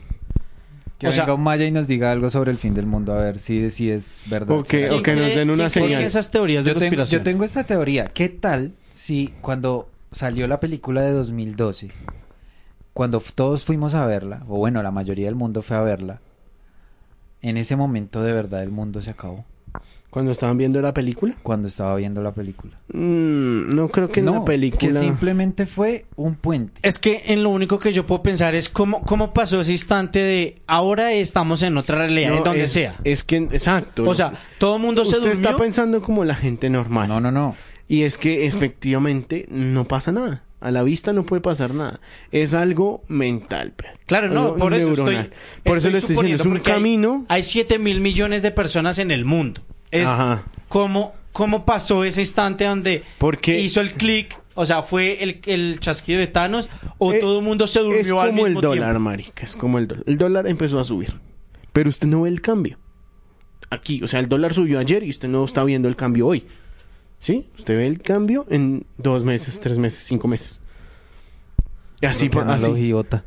Que
O
venga
sea-
un maya y nos diga algo sobre el fin del mundo, a ver si, si es verdad.
Ok,
será.
o que nos den una
quién cree
señal.
que esas teorías de
Yo tengo,
conspiración?
yo tengo esta teoría. ¿Qué tal si cuando salió la película de 2012, cuando f- todos fuimos a verla, o bueno, la mayoría del mundo fue a verla, en ese momento de verdad el mundo se acabó?
Cuando estaban viendo la película,
Cuando estaba viendo la película.
Mm, no creo que en la película...
que simplemente fue un puente.
Es que en lo único que yo puedo pensar es cómo, cómo pasó ese instante de ahora estamos en otra realidad,
No,
en donde
es-
sea.
Es que, exacto.
o sea, todo el mundo se
usted
durmió.
está pensando como la gente normal.
No, no, no.
Y es que
Mm.
efectivamente no pasa nada. A la vista no puede pasar nada. Es algo mental. pe.
Claro, no,
Algo
por eso estoy,
neuronal. Por eso le estoy diciendo,
suponiendo,
es un
porque hay-
camino.
Hay, 7 mil millones de personas en el mundo. Es
Ajá.
cómo, cómo pasó ese instante donde
Porque-
hizo el clic, o sea, fue el, el chasquido de Thanos, o
Eh,
todo el mundo se durmió
Es como
al mismo
el dólar,
tiempo.
marica. Es como el dólar. El dólar empezó a subir. Pero usted no ve el cambio. Aquí, o sea, el dólar subió ayer y usted no está viendo el cambio hoy. ¿Sí? Usted ve el cambio en dos meses, tres meses, cinco meses. Y así,
Qué
pa- así.
analogiota.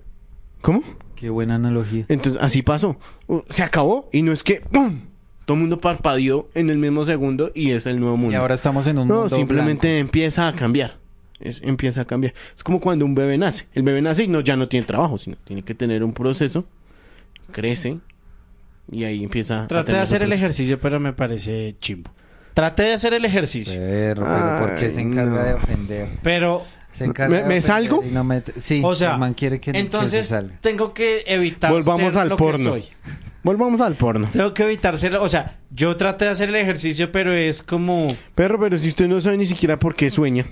¿Cómo?
ah, Qué buena analogía.
Entonces, así pasó. Uh, Se acabó y no es que ¡pum! todo el mundo parpadeó en el mismo segundo y es el nuevo mundo.
Y ahora estamos en un
no,
mundo
simplemente
blanco.
empieza a cambiar. Es- empieza a cambiar. Es como cuando un bebé nace. El bebé nace y no, ya no tiene trabajo, sino tiene que tener un proceso, crece y ahí empieza a
Traté de
tener
hacer
su
el
proceso.
ejercicio, pero me parece chimbo. Traté de hacer el ejercicio,
Eh.
Pero, pero ¿por qué se
Ay,
encarga
no.
de ofender?
pero
Se encarga
¿Me-
de
me
ofender
salgo?
y no me- Sí,
O sea,
el man quiere que, que
entonces
se salga.
tengo que evitar
Volvamos
ser
al
lo que
porno.
soy.
Volvamos al porno.
Tengo que evitar ser, o sea, yo traté de hacer el ejercicio, pero es como
Pero, pero si usted no sabe ni siquiera por qué sueña.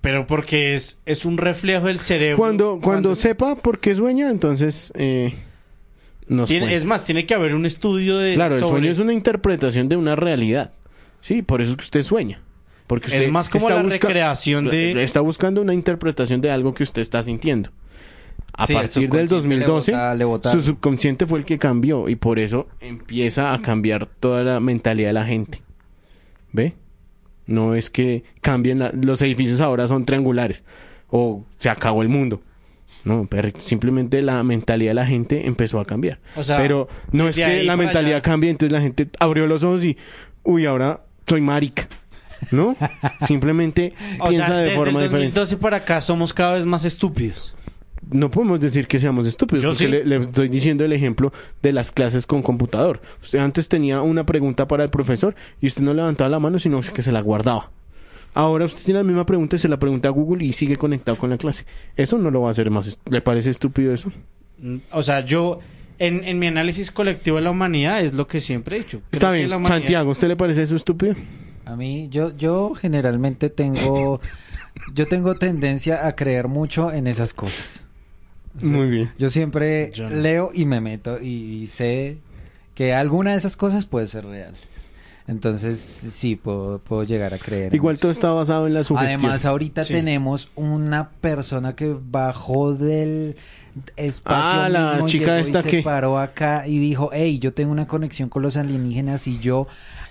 pero porque es es un reflejo del
Eh,
cerebro.
Cuando, cuando, sepa por qué sueña, entonces eh, nos
Tiene-
cuenta.
es más, tiene que haber un estudio de
Claro, el
sobre-
sueño es una interpretación de una realidad. Sí, por eso es que usted sueña. Porque
Es
usted
más como
está
la recreación de-
Está buscando una interpretación de algo que usted está sintiendo. A
Sí, el
partir del
subconsciente
2012,
le bota- le bota
su
algo.
subconsciente fue el que cambió y por eso empieza a cambiar toda la mentalidad de la gente. ¿Ve? No es que cambien la- los edificios ahora son triangulares o se acabó el mundo. No, pero simplemente la mentalidad de la gente empezó a cambiar.
O sea,
pero no es
desde
que
ahí
la
para
mentalidad
allá.
cambie, entonces la gente abrió los ojos y, uy, ahora soy marica. ¿No? Simplemente
o
piensa
sea,
de
desde
forma
el
diferente.
2012 para acá somos cada vez más estúpidos.
No podemos decir que seamos estúpidos,
Yo
porque
sí.
le, le estoy diciendo el ejemplo de las clases con computador. Usted antes tenía una pregunta para el profesor y usted no levantaba la mano, sino que se la guardaba. Ahora usted tiene la misma pregunta y se la pregunta a Google y sigue conectado con la clase. Eso no lo va a hacer más. est- ¿Le parece estúpido eso?
Mm, O sea, yo en, en mi análisis colectivo de la humanidad es lo que siempre he dicho. Creo
Está
que
bien.
la humanidad-
Santiago, ¿usted le parece eso estúpido?
A mí, yo, yo generalmente tengo... yo tengo tendencia a creer mucho en esas cosas.
Muy bien.
Yo siempre
Yo no.
leo y me meto y, y sé que alguna de esas cosas puede ser real. Entonces, sí, puedo, puedo llegar a creer. en
Igual
eso.
todo está basado en la sugestión.
Además, ahorita
Sí.
tenemos una persona que bajó del espacio.
Ah, la
mismo,
chica
llegó y
esta
se
que-
paró acá y dijo: Hey, yo tengo una conexión con los alienígenas y yo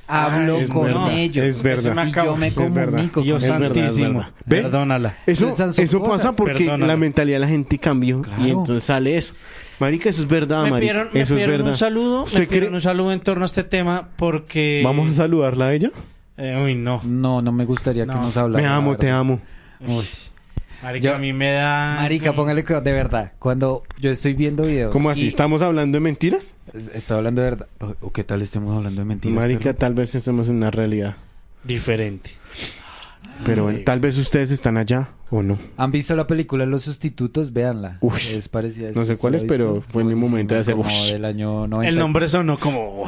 hablo
Ah, es
con
verdad,
ellos.
es verdad.
Y
Se me
yo me
es verdad.
comunico
Dios
Es
con
verdad,
ellos.
es
santísimo.
verdad. ¿Ve?
Perdónala.
Eso,
Esas son
eso
cosas.
pasa porque
Perdóname.
la mentalidad de la gente cambió
Claro.
y entonces sale eso. Marica, eso es verdad,
Me
Ah, marica.
pidieron, me
eso es
pidieron
verdad.
un saludo,
¿Usted
me pidieron
cree-
un saludo en torno a este tema
Eh,
porque...
¿Vamos a saludarla a ella?
Eh, uy, no.
No, no me gustaría que
No.
nos hablara.
me
la
amo,
verdad.
te amo.
Uy.
Marica,
Yo-
a mí me da...
Marica,
Mm.
póngale cuidado, de verdad. Cuando yo estoy viendo videos.
¿Cómo así?
y-
¿Estamos hablando de mentiras?
Es- Estoy hablando de verdad. ¿O, o qué tal estemos hablando de mentiras?
Marica,
perro?
tal vez estemos en una realidad.
Diferente.
Pero bueno, tal vez ustedes están allá o no.
¿Han visto la película Los Sustitutos? Véanla.
Ush.
es parecida a
No sé
¿usted
cuál
la
es,
ha visto?
pero fue mi
Buenísima,
momento de hacer
como
ush.
del año 90.
El nombre sonó como...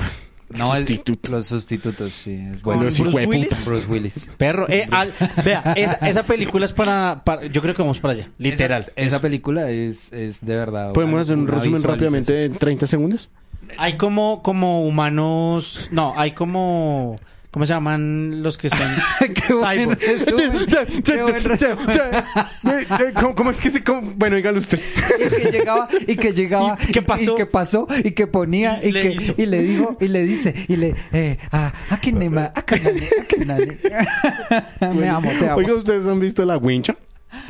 No, el-
Sustituto.
Los Sustitutos, sí. Es
Con
bueno.
Los hijos de
Willis.
puta.
Bruce Willis.
Perro. Eh, al- vea, esa, esa película es para, para- Yo creo que vamos para allá. Literal.
Esa, esa película es, es de verdad.
¿Podemos
una-
hacer un
una
resumen
visualización.
rápidamente en 30 segundos?
Hay como, como humanos... No, hay como... ¿Cómo se llaman los que están...
Qué buen
Cyborg.
resumen. Qué buen resumen.
¿Cómo, cómo es que se.? cómo? Bueno, dígalo usted.
que llegaba y que llegaba
¿Y qué pasó?
y que pasó y que ponía y,
Le
que
hizo.
y le dijo y le dice y le eh, ah, a que nema, a que nane, a que nane. me amo te amo
Oiga, ¿ustedes han visto la wincha?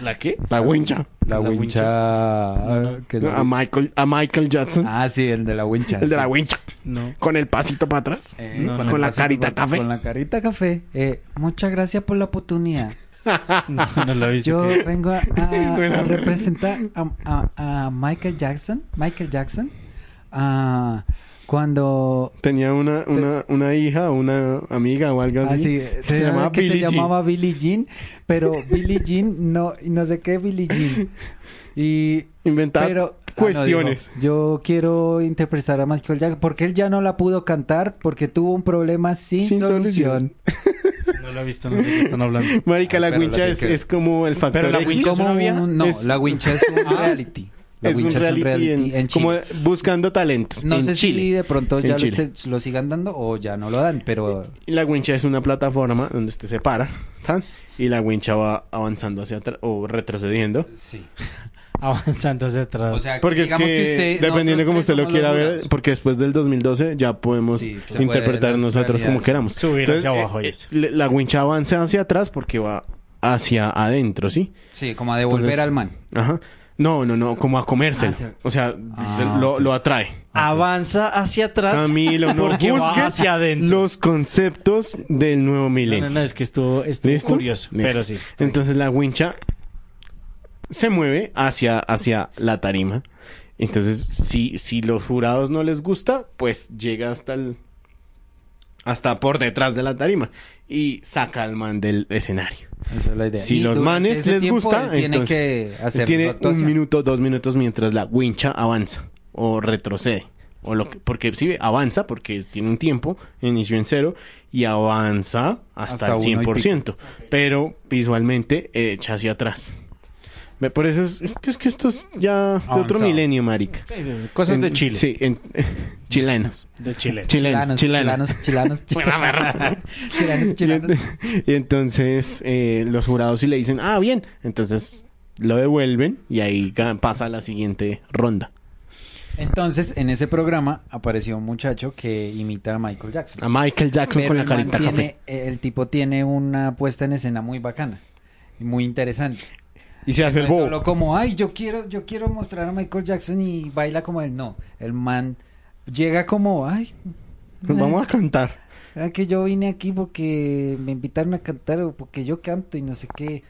¿La qué?
La wincha.
la wincha ah, que
A
la-
Michael, a Michael Jackson.
ah sí el de la wincha
el de
sí.
la wincha.
No.
Con el pasito para atrás.
Eh,
No,
cuando
no.
Con la
pasa-
carita café.
con la carita café eh, muchas gracias por la oportunidad
No, no la viste.
yo
¿qué?
vengo a, a-
Buena
a representar a, a- a Michael Jackson Michael Jackson ah, cuando
Tenía una, una, una hija, una amiga o algo así.
Ah, sí,
que
se,
se llamaba
que
Billie
se
Jean.
llamaba Billie Jean, pero Billie Jean no, y no sé qué Billie Jean. Y
Inventaba
pero ah, no,
cuestiones.
digo, yo quiero interpretar a Michael Jackson porque él ya no la pudo cantar porque tuvo un problema sin,
Sin
solución.
solución.
No la he visto, no sé de qué están hablando.
Marica,
Ah,
la
pero
wincha
la
es,
que-
es como el factor
Pero la
X.
wincha- ¿Es una
Como
novia?
un- no,
Es- Ah,
la wincha es un reality. La
es un
Wincha
reality, en, como
Chile.
buscando talentos
No
en
sé
Chile.
si de pronto
En
ya lo,
Chile.
esté- lo sigan dando o ya no lo dan, pero
Y La wincha es una plataforma donde usted se para, ¿saben? Y la wincha va avanzando hacia atrás o retrocediendo.
sí.
Avanzando hacia atrás.
O sea,
Porque es que,
digamos usted-
dependiendo
nosotros
de cómo
tres
usted lo
somos los
quiera ver,
duros.
porque después del 2012 ya podemos
Sí, se puede,
interpretar
las
nosotros como
realidades.
queramos.
Subir hacia abajo y
eh,
eso.
eh, le- La wincha avanza hacia atrás porque va hacia adentro, ¿sí?
Sí, como a devolver
Entonces-
al man.
Ajá. No, no, no, como a comérselo.
Ah, se-
O sea,
Ah,
se lo, lo atrae.
Avanza hacia atrás.
Camilo, no
porque va
busques
hacia adentro.
los conceptos del nuevo
No,
milenio.
no, no, es que estuvo, estuvo
¿Listo?
curioso,
Listo.
pero sí.
Entonces la wincha se mueve hacia, hacia la tarima. Entonces, si, si los jurados no les gusta, pues llega hasta el. hasta por detrás de la tarima. Y saca al man del escenario.
Esa es la idea.
Si
Y
los
durante
manes
ese
les
tiempo,
gusta,
él tiene
entonces,
que hacer su
Tiene un
actuación.
minuto, dos minutos mientras la wincha avanza. O retrocede. O lo que- porque sí, avanza, porque tiene un tiempo, inició en cero, y avanza hasta,
Hasta
el
uno y
100%. Pero visualmente eh, echa hacia atrás. Ve, Por eso es, es que, es que esto es ya de otro
Avanzado.
milenio, marica.
Sí, sí, Cosas de
En-
Chile.
Sí, en- chilenos.
De Chile.
Chilenos.
Chilanos,
Chilenos.
chilanos, chilanos, chilanos, chilanos, chilanos.
Y entonces eh, los jurados sí le dicen, ah, bien. Entonces lo devuelven y ahí ca- pasa a la siguiente ronda.
Entonces, en ese programa apareció un muchacho que imita a Michael Jackson.
A Michael Jackson
Pero
Ah, con la
el man
carita
tiene-
café.
El tipo tiene una puesta en escena muy bacana. y Muy interesante.
Y se hace el
No es
bobo.
solo como, ay, yo quiero, yo quiero mostrar a Michael Jackson y baila como él. No, el man llega como, ay,
Pues Vamos a cantar.
Ah, que yo vine aquí porque me invitaron a cantar o porque yo canto y no sé qué.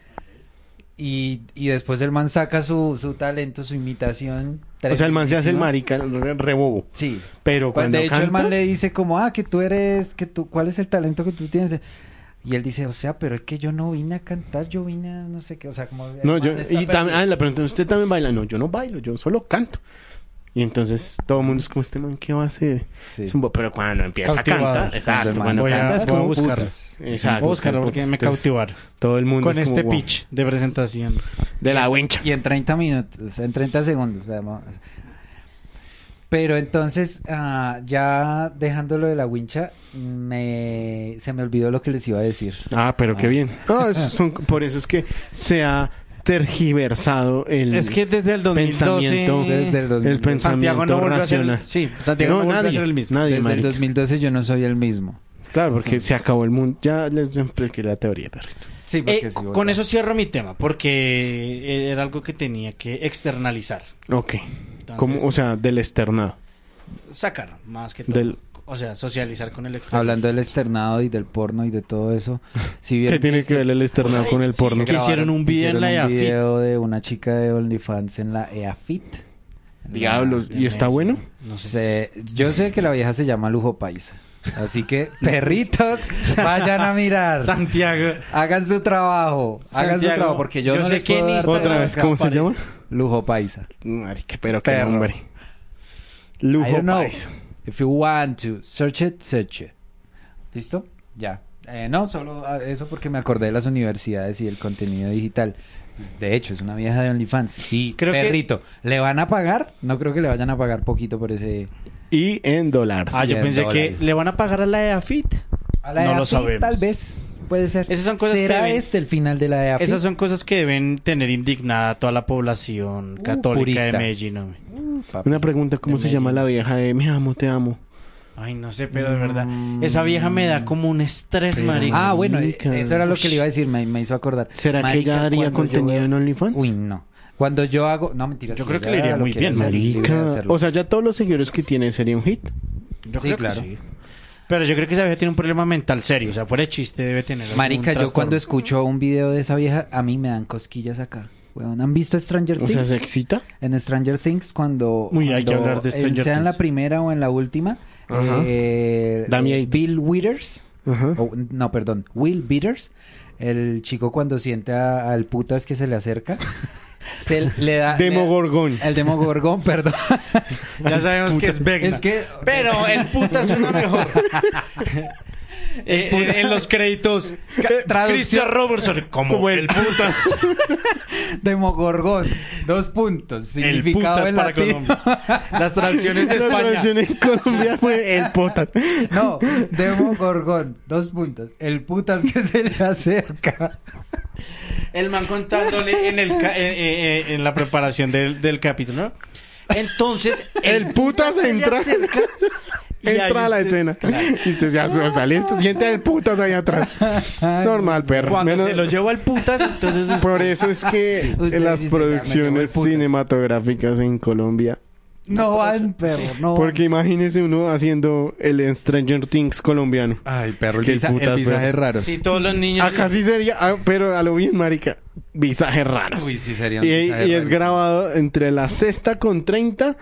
Y, y después el man saca su, su talento, su imitación.
O sea, el man se hace el
tremendísima.
marica, el re- rebobo.
Sí.
Pero
Pues,
cuando
de hecho, el
canta,
man le dice como, ah, que tú eres, que tú, ¿cuál es el talento que tú tienes? Y él dice, o sea, pero es que yo no vine a cantar, yo vine a no sé qué, o sea, como... el
No,
man
yo,
está
y también,
perdido.
ah, la pregunta, ¿usted también baila? No, yo no bailo, yo solo canto. Y entonces todo el mundo es como, ¿este man qué va a hacer?
Sí.
Es un bo- Pero cuando empieza
Cautivado.
a cantar,
Cuando el
exacto,
man
cuando
voy a-
canta es
voy a
como,
buscar.
Putas.
exacto.
Voy a buscarlo
es como,
porque me
entonces,
cautivaron.
Todo el mundo
Con
es como,
este
wow,
pitch de presentación.
De la wincha.
Y en 30 minutos, en 30 segundos, o sea, mo- Pero entonces, ah, ya dejándolo de la wincha, me, se me olvidó lo que les iba a decir.
Ah, pero qué bien. Ah, eso son- por eso es que se ha tergiversado el
Es que desde el 2012
pensamiento,
Desde el 2012.
el pensamiento
Santiago no volvió a ser
racional.
el, sí, Santiago no,
no,
volvió a
nadie,
ser el mismo.
nadie,
Desde el
marica.
2012 yo no soy el mismo.
Claro, porque se acabó el mundo. Ya les expliqué la teoría, perrito.
Sí,
Eh,
porque sí,
con
¿verdad?
eso cierro mi tema, porque era algo que tenía que externalizar,
Ok. Como, o sea, del externado.
sacar más que todo.
Del-
O sea, socializar con el exterior.
Hablando del externado y del porno y de todo eso. Si vieron
¿Qué tiene que ver el externado con el
sí,
porno?
que- hicieron un video en
hicieron
la E
un
EAFIT.
video de una chica de OnlyFans en la EAFIT.
Diablos. ¿Y
Dios
está
mío.
bueno?
No sé.
Se- yo sé que la vieja se llama Lujo Paisa. Así que, perritos, vayan a mirar.
Santiago.
Hagan su trabajo. Hagan su
Santiago,
trabajo, porque yo,
yo
no
sé
les
que
puedo
en
dar
Instagram-
Otra vez,
acá
¿cómo se
aparece.
llama?
Lujo Paisa.
Marica, pero qué
Perro.
nombre.
I
Lujo
don't know.
paisa.
If you want to search it, search it. ¿Listo? Ya. Eh, no, solo ah, eso porque me acordé de las universidades y el contenido digital. Pues, de hecho, es una vieja de OnlyFans. Y
Creo que-
perrito, ¿le van a pagar? No creo que le vayan a pagar poquito por ese.
Y en dólares.
Ah, yo
100
pensé
dólares.
que le van a pagar a la EAFIT.
A la
no lo
EAFIT,
sabemos.
Tal vez. Puede ser.
Esas son cosas que
¿Será
deben-
este el final de la EAFIT?
Esas son cosas que deben tener indignada a toda la población
Uh,
católica
purista.
de Medellín. hombre.
Uh, papi.
Una pregunta, ¿cómo
De
se llama
Medellín.
la vieja de Me amo, te amo?
Ay, no sé, pero de verdad. Esa vieja me da como un estrés,
Pero-
marica.
Mm. Ah, bueno, eh,
Marica.
eso era lo que le iba a decir, me, me hizo acordar.
¿Será que
Marica,
ella haría
cuando yo
contenido
veo-
en OnlyFans?
Uy, no. Cuando yo hago... No, mentira.
Yo
sí,
creo que
ya
le iría
lo
muy
quiero
bien,
hacer, libre de
Marica.
hacerlo.
O sea, ya todos los seguidores que tiene sería un hit.
Yo
sí,
creo que
claro.
Pero yo creo que esa vieja tiene un problema mental serio. O sea, fuera de chiste, debe tener. algún
Marica, yo
trastorno.
cuando escucho un video de esa vieja, a mí me dan cosquillas acá. Weón, ¿han visto Stranger
O
Things?
sea, ¿se excita?
En Stranger Things, cuando...
Uy, hay que
cuando,
hablar de
eh,
Stranger
Sea en la
Things.
primera o en la última.
Ajá.
eh,
Da
eh,
miedito.
Bill Withers.
Ajá.
o- no, perdón. Will Withers. El chico cuando siente a- al putas que se le acerca. se le da... le da-
Demogorgón.
El Demogorgón, perdón.
Ya sabemos que es Vegna.
Es que- eh,
Pero el puta suena mejor. Eh, en, en los créditos.
traducción.
Christian Robertson. Como, el, putas.
Demogorgón. Dos puntos.
El
Significado
putas
en
para
latín.
Colombia. Las traducciones de
La
España.
traducción en Colombia fue el potas.
No, Demogorgón. Dos puntos. El putas que se le acerca.
El man contándole en, el ca- eh, eh, eh, en la preparación del, del capítulo, ¿no? Entonces,
El putas
se le
entra.
acerca y ahí
Entra a la
usted-
escena. Y usted ya su- está listo. Siente el putas ahí atrás. Normal, perro.
Cuando
Menos-
se lo lleva el putas, entonces usted-
Por eso es que
Sí. Usted
en las
dice, ya, me llevo el
producciones
putas.
cinematográficas en Colombia.
No pues, van, perro. No van.
Porque imagínese uno haciendo el Stranger Things colombiano.
Ay, perro.
Es que el
visa-
putas, perro.
raro.
Sí, todos los niños.
Acá sí sería, ah, pero a lo bien, marica, visajes raros.
Uy, sí, sería un
y,
visaje
y es
raro.
grabado entre la sexta con 30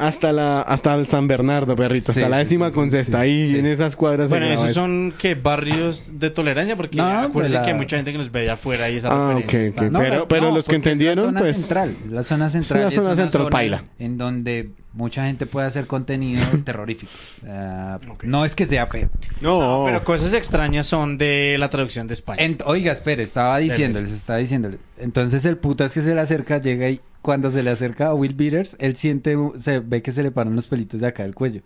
hasta la hasta el San Bernardo, perrito,
Sí,
hasta la
sí,
décima
sí,
con
sí,
sexta.
sí,
ahí
sí.
en esas cuadras se
Bueno,
graba
esos
eso.
son que barrios de tolerancia, porque
No,
acuérdense
pues la-
que hay mucha gente que nos ve de afuera y esa
Ah, ok,
referencia.
ok. pero
las-
pero los que
porque es
entendieron,
la zona
pues.
Central. La zona central.
la
es
zona
una
central,
zona
paila.
En donde mucha gente puede hacer contenido terrorífico. Ah,
Ok.
No es que sea feo.
No,
Pero cosas extrañas son de la traducción de España.
Ent- oiga, espere, estaba diciéndoles, estaba diciéndoles. Entonces el putas que se le acerca llega y cuando se le acerca a Will Beaters, él siente, u- se ve que se le paran los pelitos de acá del cuello.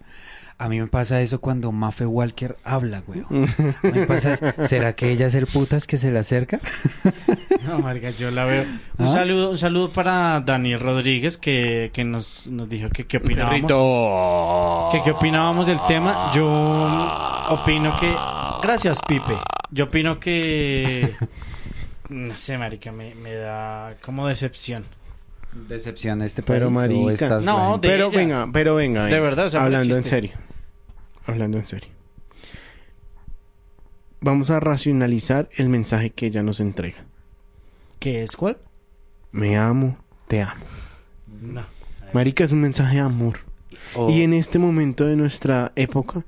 A mí me pasa eso cuando Maffe Walker habla, güey.
Mm.
Me pasa, es, ¿será que ella es el putas que se le acerca?
No, marica, yo la veo.
¿Ah?
Un saludo, un saludo para Daniel Rodríguez que, que nos, nos dijo que qué opinábamos. Que qué opinábamos del tema. Yo opino que. Gracias, Pipe. Yo opino que. No sé, marica, me, me da como decepción.
Decepción este
Pero,
país, o
marica.
estas-
No,
la gente-
de
Pero
ella.
venga, pero venga. venga.
De verdad, o sea, fuera
hablando en
chiste.
serio. Hablando en serio. Vamos a racionalizar el mensaje que ella nos entrega.
¿Qué es cuál?
Me amo, te amo.
No.
Marica es un mensaje de amor.
o-
Y en este momento de nuestra época,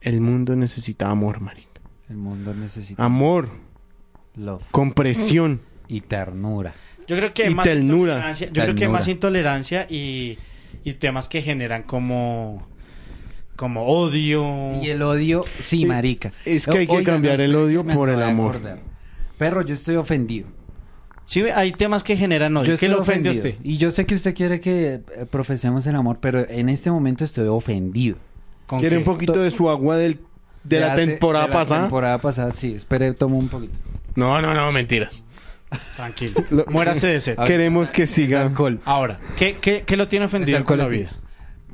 el mundo necesita amor, marica.
El mundo necesita
Amor,
love
compresión.
y ternura.
Yo creo que
Y
hay más
ternura.
intolerancia. Yo creo que hay
Ternura.
más intolerancia y, y temas que generan como. Como odio.
Y el odio, sí,
Eh,
marica.
es que hay que cambiar el
espere,
odio
me
por
acabo
el
de
amor.
acordar. Perro, yo estoy ofendido.
Sí, hay temas que generan odio. ¿Qué
estoy
le ofende a
ofendido.
usted?
Y yo sé que usted quiere que eh, profesemos el amor, pero en este momento estoy ofendido.
¿Con
Quiere
qué?
un poquito de su agua del, de, la
hace-
temporada
de la
pasada.
temporada pasada, sí. Espere, tomo un poquito.
No, no, no, mentiras.
Tranquilo.
Lo-
Muérase de sed.
Queremos que
Ah, Es
siga.
alcohol.
Ahora, ¿qué, qué, qué lo tiene
Es
ofendido
alcohol
con la
a ti.
vida?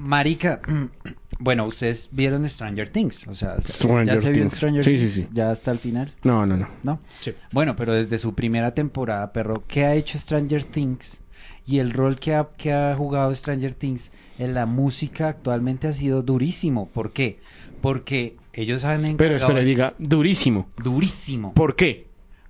Marica, bueno, ustedes vieron Stranger Things. O sea, se-
Stranger
ya se vio
Things.
Stranger
Sí,
Things.
sí, sí.
Ya hasta el final,
No, no, no.
¿no?
Sí.
Bueno, pero desde su primera temporada, perro, ¿qué ha hecho Stranger Things? Y el rol que ha, que ha jugado Stranger Things en la música actualmente ha sido durísimo. ¿Por qué? Porque ellos han
Pero
encargado...
espera, diga, durísimo.
Durísimo.
¿Por qué?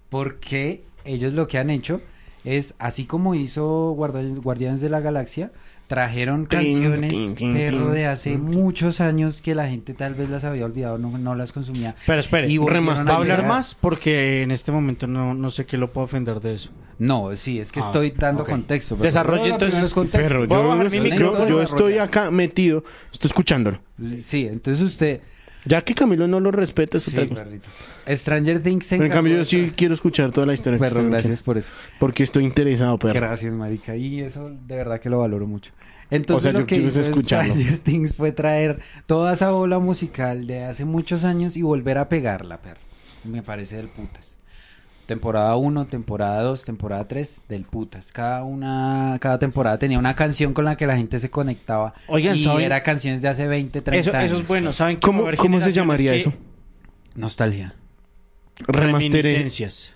Porque ellos lo que han hecho es, así como hizo Guarda- Guardianes de la Galaxia, trajeron
Tin,
canciones,
tin, tin,
perro,
tin.
de hace muchos años que la gente tal vez las había olvidado, no, no las consumía.
Pero espere,
Y volvieron
¿va a hablar
llegar.
más? Porque en este momento no, no sé qué lo puedo ofender de eso.
No, sí, es que
Ah,
estoy dando
ok.
contexto. pero-
Desarrolle
Bueno,
entonces,
primero los contextos.
Pero
Voy a
yo,
bajar mi
yo-
micrófono.
yo estoy acá metido, estoy escuchándolo.
Sí, entonces usted...
Ya que Camilo no lo respeta, es
Sí,
otra cosa.
perrito. Stranger Things se
Pero en
encargó
cambio
de-
yo sí quiero escuchar toda la historia. que usted
Perro,
me
gracias
quiere.
por eso.
Porque estoy interesado, perro.
Gracias, marica. Y eso de verdad que lo valoro mucho. Entonces
O sea,
lo
yo
que
quiero es
hizo
escucharlo.
Stranger Things fue traer toda esa ola musical de hace muchos años y volver a pegarla, perro. Me parece del putas. Temporada 1, temporada 2, temporada 3, del putas. Cada una, cada temporada tenía una canción con la que la gente se conectaba.
Oigan,
y
¿saben?
era canciones de hace 20, 30
Eso,
años.
eso es bueno. ¿Saben que
¿Cómo,
va a haber
cómo se
generaciones
llamaría
que-
eso?
Nostalgia
Remasteré.
Reminiscencias.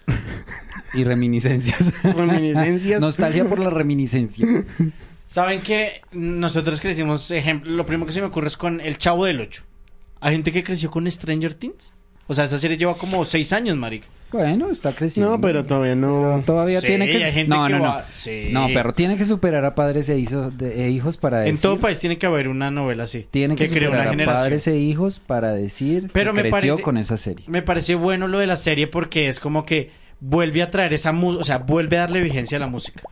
y reminiscencias.
Reminiscencias.
Nostalgia por la reminiscencia.
¿Saben que nosotros crecimos, ejemplo, lo primero que se me ocurre es con El Chavo del Ocho? Hay gente que creció con Stranger Things. O sea, esa serie lleva como seis años, marica.
Bueno, está creciendo.
No, pero todavía no.
Todavía
Sí,
tiene que...
hay gente
no,
que
no, no.
va- sí.
No, pero tiene que superar a padres e, hizo- de- e hijos para decir...
En todo país tiene que haber una novela así.
Tiene que,
creó
superar a padres e hijos para decir
Pero
que
me
creció
parece-
con esa serie.
Me parece bueno lo de la serie porque es como que vuelve a traer esa música, o sea, vuelve a darle vigencia a la música.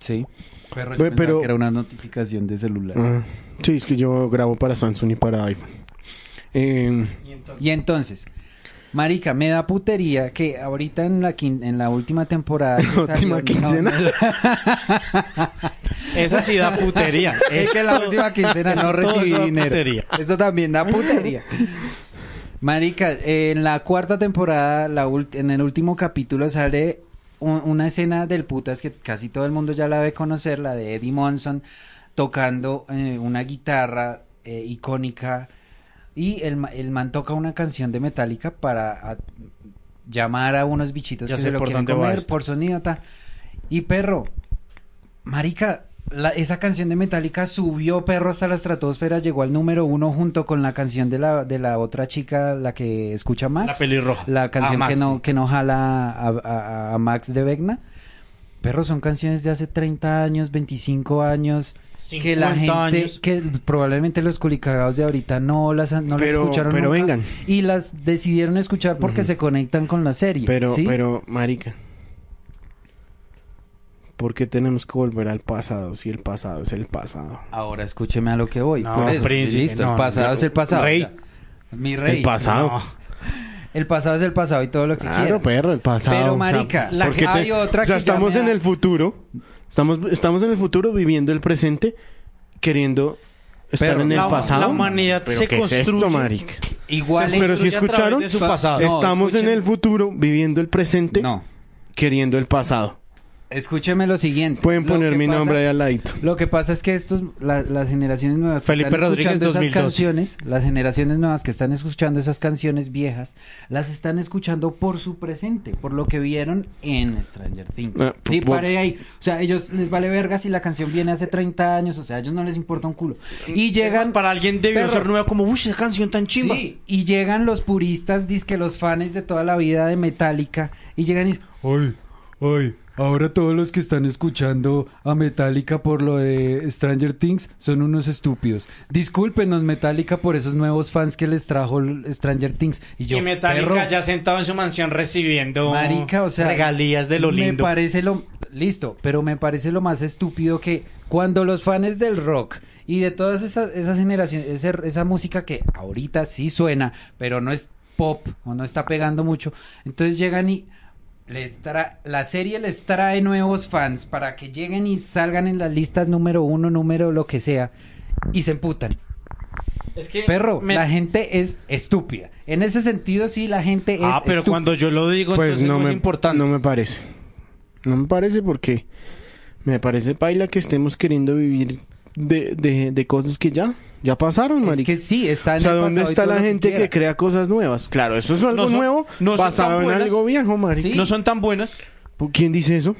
Sí. Pero,
Ve, pero-
que era una notificación de celular.
Ah, sí, es que yo grabo para Samsung y para iPhone. Eh,
Y entonces, marica, me da putería que ahorita en la, quin- en la última temporada... que
última
salió-
quincena.
no,
Esa sí da putería.
es que la última quincena no
eso todo
recibí
eso da
dinero.
putería.
Eso también da putería. Marica, en la cuarta temporada, la ult- en el último capítulo sale un- una escena del putas que casi todo el mundo ya la debe conocer, la de Eddie Monson tocando eh, una guitarra eh, icónica y el, ma- el man toca una canción de Metallica para a- llamar a unos bichitos
Ya
que
sé
se lo
por
quieren
dónde va
comer
esto.
por sonido ta. y perro marica la- esa canción de Metallica subió perro hasta la estratosfera llegó al número uno junto con la canción de la de la otra chica la que escucha Max
La pelirroja.
la canción
Ah,
A
que no
Maxi.
que no jala a, a- a Max de Vecna perro son canciones de hace 30 años 25 años que la
50
gente
años.
que probablemente los culicagados de ahorita no las han- no las
Pero-
escucharon
pero
nunca,
vengan.
y las decidieron escuchar porque se conectan con la serie
pero,
¿sí?
pero, marica. ¿Por qué tenemos que volver al pasado si el pasado es el pasado?
ahora escúcheme a lo que voy
No,
Por eso,
príncipe,
listo
no,
el pasado
no.
es el pasado
Rey.
ya. mi rey
el pasado.
No.
el pasado es el pasado y todo lo que
Claro, pues.
quieran.
perro, el pasado.
Pero,
o sea,
marica,
¿por
la-
qué te-
hay otra
o sea,
que ya
estamos
me
en
da-
el futuro. Estamos, estamos en el futuro viviendo el presente, queriendo estar
Pero
en el
la-
pasado.
la humanidad
¿Pero
se
qué es esto,
construye-
marica?
igual
Se
Pero si
construye a través
escucharon,
de su pasado.
No,
estamos en
escuchen.
el futuro viviendo el presente,
no
queriendo el pasado.
escúcheme lo siguiente
Pueden
Lo que
poner mi
pasa-
nombre ahí al ladito.
Lo que pasa es que estos, la- las generaciones nuevas que
Felipe
están
Rodríguez,
escuchando
2012.
esas canciones, las generaciones nuevas que están escuchando esas canciones viejas, las están escuchando por su presente, por lo que vieron en Stranger Things.
Ah,
sí,
por-
pare ahí. O sea, ellos les vale verga si la canción viene hace 30 años, o sea, a ellos no les importa un culo. Y llegan
Para alguien debió
Perro.
ser nueva como, uy, esa canción tan chimba.
Sí, y llegan los puristas, dizque los fans de toda la vida de Metallica, y llegan y
Hoy, hoy, ahora todos los que están escuchando a Metallica por lo de Stranger Things son unos estúpidos. Discúlpenos Metallica por esos nuevos fans que les trajo el Stranger Things. Y yo,
y Metallica
perro,
ya sentado en su mansión recibiendo
Marica, o sea,
regalías de lo lindo.
Me parece lo listo, pero me parece lo más estúpido que cuando los fans del rock y de todas esas esas generaciones, ese- esa música que ahorita sí suena, pero no es pop o no está pegando mucho, entonces llegan y les tra- la serie les trae nuevos fans para que lleguen y salgan en las listas número uno, número lo que sea, y se emputan.
Es que
Perro,
Eh, me-
la gente es estúpida. En ese sentido, sí, la gente es
Ah, pero
estúpida.
cuando yo lo digo,
Pues
entonces
no
no,
me,
es importante.
no me parece. No me parece porque me parece paila que estemos queriendo vivir de, de, de cosas que ya, ya pasaron,
Es
marica.
que sí, está en
o sea,
el
¿dónde
pasado y
está
todo
la
lo
gente que,
quiera.
crea cosas nuevas? Claro, eso es algo
No son-
nuevo
no son
basado
tan
en
buenas.
algo viejo, marica.
Sí.
No son tan buenas.
¿Por- ¿Quién dice eso?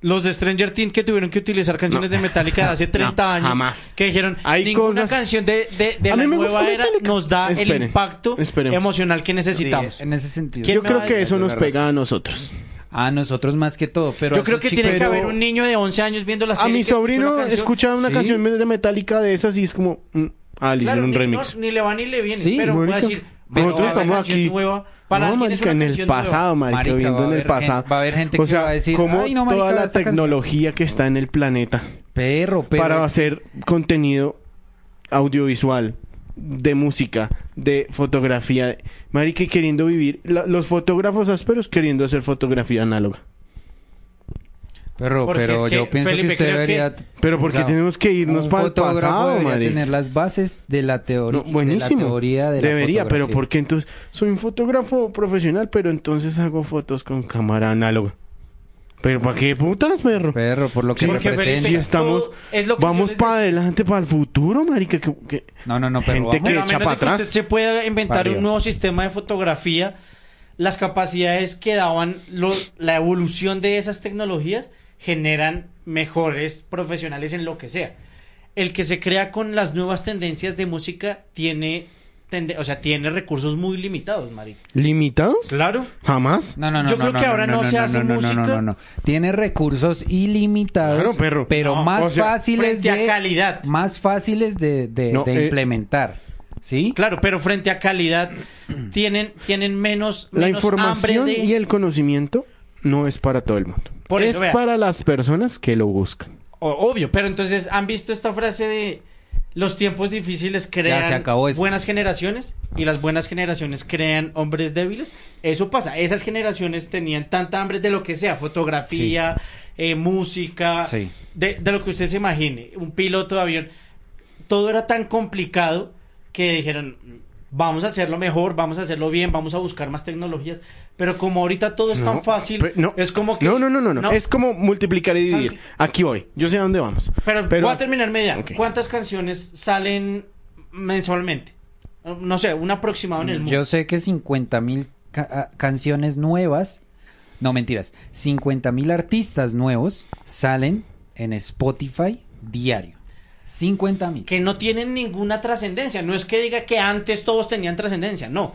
Los de Stranger Things que tuvieron que utilizar canciones de Metallica de hace 30 años.
jamás.
Que dijeron,
Hay
ninguna
cosas-
canción de, de, de
A
la
mí me gusta
nueva era
Metallica".
nos da el
Esperen,
impacto
esperemos.
emocional que necesitamos.
Sí, en ese sentido.
¿Quién
Yo
me va
creo
a
que
decir?
eso nos
Tienes
pega a nosotros.
A nosotros más que todo, pero...
Yo
a
creo
esos
que
chicos-
tiene que
pero-
haber un niño de 11 años viendo la
A
serie.
mi
que escuchó
sobrino
una canción.
escucha una
Sí.
canción de Metallica de esas y es como, mm, ah, le
Claro,
hicieron un
ni,
remix.
no, ni le va ni le viene.
Sí,
pero voy a
marica.
decir,
pero
Nosotros
esa
estamos
canción
aquí.
nueva, para
no,
alguien es
marica, en
una
el
canción nueva.
pasado, marica,
Marica, va
viendo
a
en el
haber gente-
pasado.
va a haber gente
o
que
sea,
va a decir,
como
"Ay, no, marica,
toda la
esta canción".
tecnología que está en el planeta
Perro, pero...
para
es-
hacer contenido audiovisual, de música, de fotografía, de- marica, y queriendo vivir, la- los fotógrafos ásperos queriendo hacer fotografía análoga.
Perro,
Porque
pero
es que,
yo pienso
Felipe,
que usted
creo que-
debería...
Pero porque
o sea,
tenemos que irnos
un
para el
fotógrafo
pasado,
debería
marica.
tener las bases de la, teoría
No, buenísimo.
de la teoría de la
Debería, pero
fotografía.
¿por qué entonces? Soy un fotógrafo profesional, pero entonces hago fotos con cámara análoga. ¿Pero para qué putas, perro?
Perro, por lo que
Sí,
porque
representa.
Si
Felipe-
estamos,
Todo es lo que
vamos
yo les
para
decía.
adelante, para el futuro, marica. Que, que-
No, no, no, pero
Gente
vamos.
que-
Pero a
echa
menos
pa'
de que
atrás.
usted se pueda inventar
Barrio.
un nuevo sistema de fotografía, las capacidades que daban lo- la evolución de esas tecnologías generan mejores profesionales en lo que sea. El que se crea con las nuevas tendencias de música tiene, tende- o sea, tiene recursos muy limitados, marica.
¿Limitados?
Claro.
Jamás.
No, no, no.
Yo creo que ahora no se hace
no, no,
música.
No, no, no. Tiene recursos ilimitados.
Claro, perro.
Pero
No,
más
o sea,
fáciles
frente a
de.
calidad.
Más fáciles de, de-
No,
de
eh,
implementar. ¿Sí?
Claro, pero frente a calidad tienen, tienen menos,
La
menos
información
hambre de-
y el conocimiento no es para todo el mundo.
Por
es
eso, vea.
para las personas que lo buscan.
O- obvio, pero entonces, ¿han visto esta frase de los tiempos difíciles crean
se acabó esto.
buenas generaciones y las buenas generaciones crean hombres débiles? Eso pasa, esas generaciones tenían tanta hambre de lo que sea, fotografía, eh, música,
Sí.
de, de lo que usted se imagine, un piloto de avión. Todo era tan complicado que dijeron, vamos a hacerlo mejor, vamos a hacerlo bien, vamos a buscar más tecnologías, pero como ahorita todo es tan fácil,
Pe- no.
es como que...
No, no, no, no, no. Es como multiplicar y dividir.
Santi.
Aquí voy. Yo sé a dónde vamos.
Pero,
Pero-
voy a terminar media.
Ok.
¿Cuántas canciones salen mensualmente? No sé, un aproximado
Mm,
en el mundo.
Yo sé que 50 mil ah, canciones nuevas. No, mentiras. 50 mil artistas nuevos salen en Spotify diario. 50 mil.
Que no tienen ninguna trascendencia. No es que diga que antes todos tenían trascendencia, no.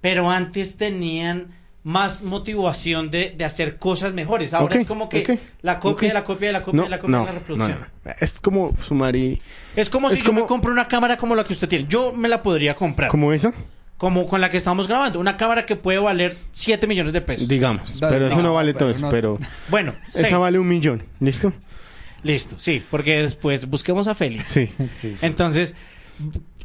Pero antes tenían más motivación de, de hacer cosas mejores. Ahora
Ok,
es como que
ok,
la copia
ok.
de la copia de la copia
No,
de la copia
no,
de la
no,
reproducción.
no. Es como sumar y...
Es como si
Es
yo me
como-
compro una cámara como la que usted tiene. Yo me la podría comprar.
¿Como esa?
Como con la que estamos grabando. Una cámara que puede valer 7 millones de pesos.
Digamos.
Dale,
pero eso
no,
no vale todo
pero
eso.
no-
Pero
Bueno, seis.
esa vale un millón. ¿Listo?
Listo, sí, porque después busquemos a Félix.
Sí.
Sí.
Entonces,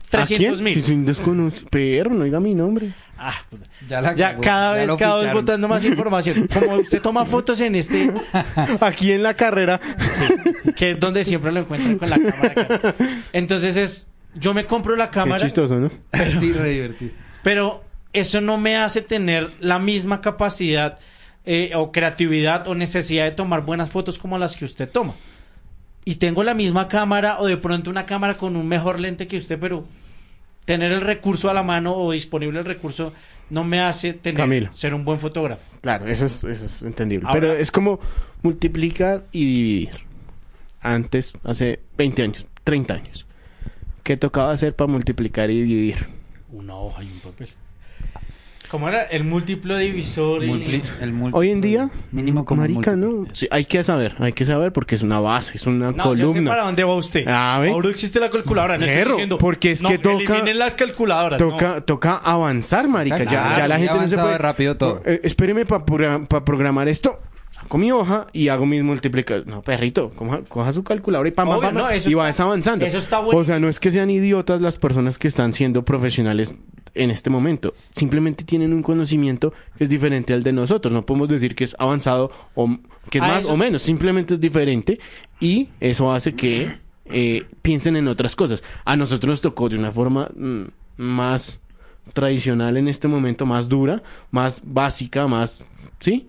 ¿A
300
quién? Si
mil.
soy un desconocido. Perro, no diga mi nombre.
Ah, puta.
Ya, la
ya
cagó,
cada
ya
vez,
lo
cada vez
ficharon.
botando más información. Como usted toma fotos en este,
Aquí en la carrera.
sí, que es donde siempre lo encuentran con la cámara. acá. Entonces es, yo me compro la
Qué
cámara,
chistoso, ¿no?
Sí, re divertido.
pero eso no me hace tener la misma capacidad eh, o creatividad o necesidad de tomar buenas fotos como las que usted toma. Y tengo la misma cámara o de pronto una cámara con un mejor lente que usted, pero tener el recurso a la mano o disponible el recurso no me hace tener
Camilo.
ser un buen fotógrafo.
Claro, eso es, eso es entendible.
Ahora-
Pero es como multiplicar y dividir. Antes, hace 20 años, 30 años. ¿Qué tocaba hacer para multiplicar y dividir?
Una hoja y un papel. ¿Cómo era? El múltiplo divisor. y-
Multi- el multi-
Hoy en día,
mínimo como
marica,
múltiplo.
¿no? Sí, hay que saber, hay que saber porque es una base, es una
No, yo sé
columna.
para dónde va usted.
A ver.
Ahora existe la calculadora. No estoy
Ah, Perro,
diciendo,
porque es
no,
que toca-
eliminen las calculadoras. no.
Toca, toca avanzar, marica.
Exacto.
Ya,
Claro,
ya la
sí,
gente no se
avanzaba
puede.
rápido todo.
Eh, espéreme para programar esto. Saco mi hoja y hago mis multiplicaciones. No, perrito, coja, coja su calculadora y pam, pam,
Obvio,
pam,
no,
y
eso está-
vas avanzando.
eso está
o
buenísimo.
sea, no es que sean idiotas las personas que están siendo profesionales en este momento. Simplemente tienen un conocimiento que es diferente al de nosotros. No podemos decir que es avanzado o m- que es
Ah,
más
eso
o
es-
menos. Simplemente es diferente y eso hace que eh, piensen en otras cosas. A nosotros nos tocó de una forma mm, más tradicional en este momento, más dura, más básica, más... ¿Sí?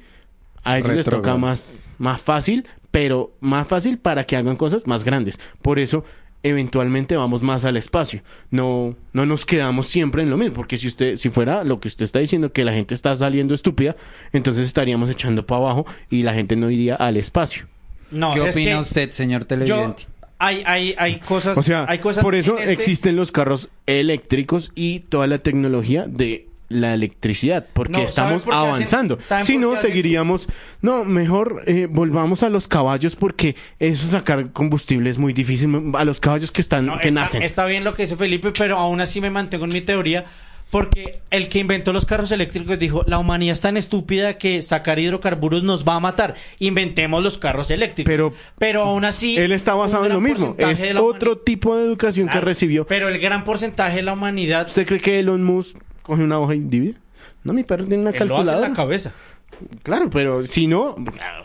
A ellos les toca
Retrógrado.
más, más fácil, pero más fácil para que hagan cosas más grandes. Por eso, eventualmente vamos más al espacio. No, no nos quedamos siempre en lo mismo, porque si usted, si fuera lo que usted está diciendo, que la gente está saliendo estúpida, entonces estaríamos echando para abajo y la gente no iría al espacio.
No,
¿Qué
es
opina
que
usted, señor
Yo,
televidente?
hay, hay, hay cosas.
O sea,
hay cosas
por eso
en este-
existen los carros eléctricos y toda la tecnología de la electricidad, porque
No, ¿saben
estamos
por qué hacen-
avanzando.
saben
si
por qué
no,
hacen-
seguiríamos... No, mejor eh, volvamos a los caballos porque eso sacar combustible es muy difícil a los caballos que están,
No,
que
está,
nacen.
está bien lo que dice Felipe, pero aún así me mantengo en mi teoría. Porque el que inventó los carros eléctricos dijo, la humanidad es tan estúpida que sacar hidrocarburos nos va a matar. Inventemos los carros eléctricos.
Pero-
pero aún así...
Él está basado
un
en lo
gran
mismo.
porcentaje
Es
de la
otro
humanidad-
tipo de educación que
Claro,
recibió.
Pero el gran porcentaje de la humanidad...
¿Usted cree que Elon Musk coge una hoja y divide? No, mi perro tiene una
él lo hace en
calculadora.
la cabeza.
claro, pero si no,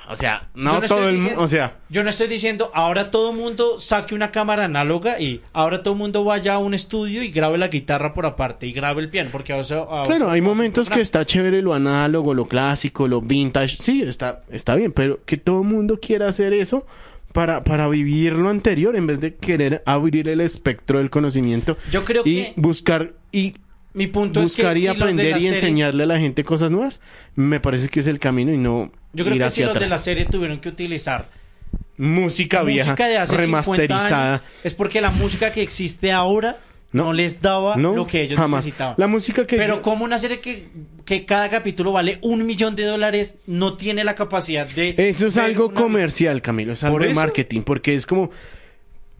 o sea,
Yo
no,
estoy
todo el
dicien-
mundo, o sea,
Yo no estoy diciendo ahora todo mundo saque una cámara análoga y ahora todo mundo vaya a un estudio y grabe la guitarra por aparte y grabe el piano, porque o sea, ah, a-
claro, hay
a-
momentos
programa.
que está chévere lo análogo, lo clásico, lo vintage, sí, está está bien, pero que todo el mundo quiera hacer eso para, para vivir lo anterior en vez de querer abrir el espectro del conocimiento
Yo creo
y
que
buscar y
mi punto es que
buscar y
si los de
aprender
la
y
serie-
enseñarle a la gente cosas nuevas, me parece que es el camino y no
Yo creo
ir
que si
hacia
los de
atrás.
la serie tuvieron que utilizar
música vieja,
música de hace 50
remasterizada.
años, es porque la música que existe ahora no,
No.
les daba
No,
lo que ellos
jamás.
necesitaban.
La música que
Pero como una serie que, que cada capítulo vale un millón de dólares no tiene la capacidad de...
Eso es
ver
algo
una-
comercial, Camilo. Es algo
¿Por
de
eso?
marketing. Porque es como.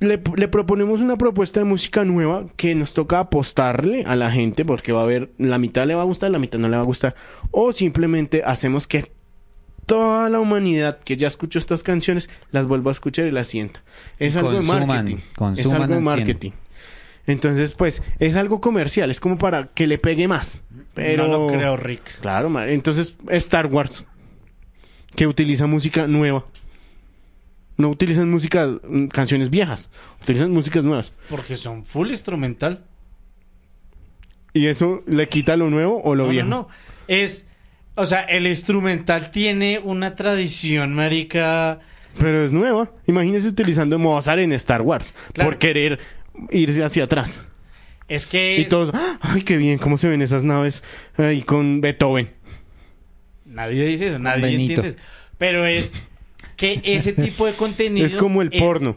Le, le proponemos una propuesta de música nueva que nos toca apostarle a la gente porque va a haber. La mitad le va a gustar, la mitad no le va a gustar. O simplemente hacemos que toda la humanidad que ya escuchó estas canciones las vuelva a escuchar y las sienta. Es algo de
Consuman,
marketing. es
consuman
algo de
al cien.
marketing. Entonces, pues, es algo comercial. Es como para que le pegue más. Pero.
No lo creo, Rick.
Claro, ma- entonces Star Wars, que utiliza música nueva. No utilizan música, mm, canciones viejas, utilizan músicas nuevas.
Porque son full instrumental.
¿Y eso le quita lo nuevo o lo
no,
viejo?
no, no. Es. O sea, el instrumental tiene una tradición, marica.
Pero es nueva. Imagínese utilizando Mozart en Star Wars
Claro.
por querer irse hacia atrás.
Es que.
Y todos, ¡ah! ay, qué bien, cómo se ven esas naves ahí con Beethoven.
Nadie dice eso, nadie
Benito.
entiende eso. Pero es que ese tipo de contenido.
es como el porno.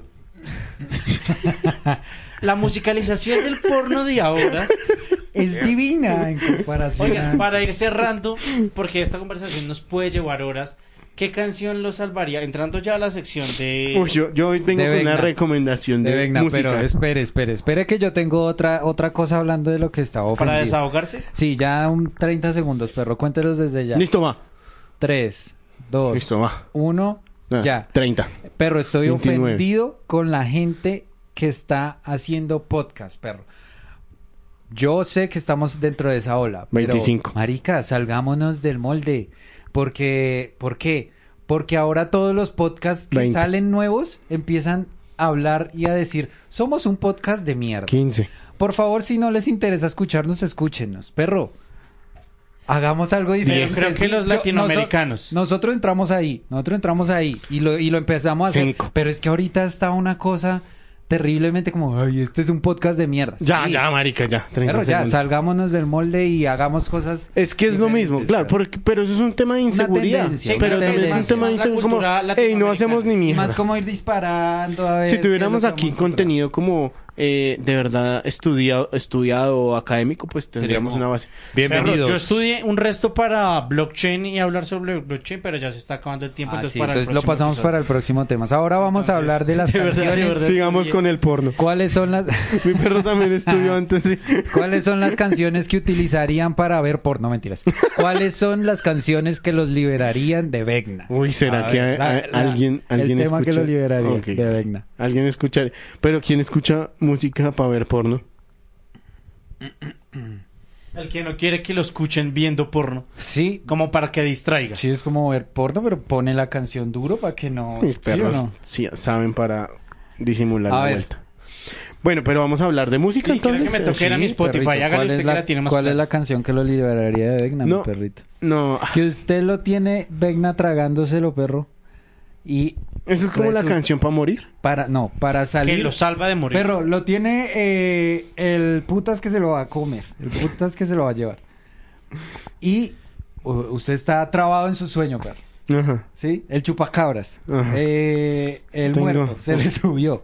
La musicalización del porno de ahora.
Es divina en comparación
Oigan,
a-
para ir cerrando, porque esta conversación nos puede llevar horas. ¿Qué canción lo salvaría? Entrando ya a la sección de.
Uy, yo, yo hoy tengo
De
una
Vegna.
recomendación de,
De Vegna,
música.
pero espere, espere, espere que yo tengo otra, otra cosa hablando de lo que estaba
para
ofendido.
desahogarse.
Sí, ya un 30 segundos, perro, cuéntelos desde ya.
Listo, va.
3, 2,
Listo, va.
1,
Ah,
ya.
30.
Perro, estoy
29.
ofendido con la gente que está haciendo podcast, perro. Yo sé que estamos dentro de esa ola. pero,
25.
marica, salgámonos del molde. Porque, ¿por qué? Porque ahora todos los podcasts que
20.
salen nuevos empiezan a hablar y a decir, somos un podcast de mierda.
15.
Por favor, si no les interesa escucharnos, escúchenos, perro. Hagamos algo diferente.
creo que los
yo- noso-
latinoamericanos.
nosotros entramos ahí, nosotros entramos ahí y lo, y lo empezamos a hacer.
Cinco.
Pero es que ahorita está una cosa terriblemente como, ay, este es un podcast de mierda.
Ya,
Sí,
ya, marica, ya. 30
Perro, ya,
segundos.
salgámonos del molde y hagamos cosas.
Es que es lo mismo,
diferentes,
claro,
perro.
porque- pero eso es un tema de inseguridad.
tendencia,
una
pero también es un
tendencia.
tema de
Más la
inseguridad. Como,
cultura
hey, no hacemos ni
Y
mierda.
más como ir disparando a ver. qué
si
es lo
tuviéramos
que
aquí
vamos a encontrar.
contenido como eh, de verdad estudiado, estudiado o académico, pues tendríamos
como-
una base.
Bienvenidos.
Yo estudié un resto para blockchain y hablar sobre blockchain, pero ya se está acabando el
Ah,
tiempo. entonces
sí,
para el
entonces lo
próximo
pasamos
episodio.
para el próximo tema. Ahora vamos a
Entonces,
hablar de las
de verdad, de
canciones.
verdad.
Sigamos con el porno.
¿Cuáles son las.?
Mi perro también estudió antes. sí.
¿Cuáles son las canciones que utilizarían para ver porno? Mentiras. ¿Cuáles son las canciones que los liberarían de Vegna?
Uy, ¿será
A
que
ver,
a-
la-
a-
la-
alguien, alguien
El tema que
escucha?
lo liberaría
Ok.
de Vegna.
Alguien escucha. Pero ¿quién escucha música para ver porno?
El que no quiere que lo escuchen viendo porno.
Sí,
Como para que distraiga.
sí, es como ver porno, pero pone la canción duro para que no...
Mis
¿Sí o
perros
no?
sí saben para disimular
A
la
ver.
vuelta. Bueno, pero vamos a hablar de música
Sí, quiero que
entonces.
me toque era mi Spotify,
perrito,
hágale
¿cuál
usted
es
que la tiene más
¿Cuál es
clara.
la canción que lo liberaría de Vegna,
No.
mi perrito?
No, ah,
Que usted lo tiene Vegna tragándoselo, perro. Y
eso es como la
Resulta-
canción para morir.
para, no, para salir...
Que lo salva de morir.
Perro, lo tiene eh, el putas que se lo va a comer. El putas que se lo va a llevar. Y u- usted está trabado en su sueño, perro.
Ajá.
¿Sí? El chupacabras.
Ajá.
Eh, el
Tengo.
muerto. Se le subió.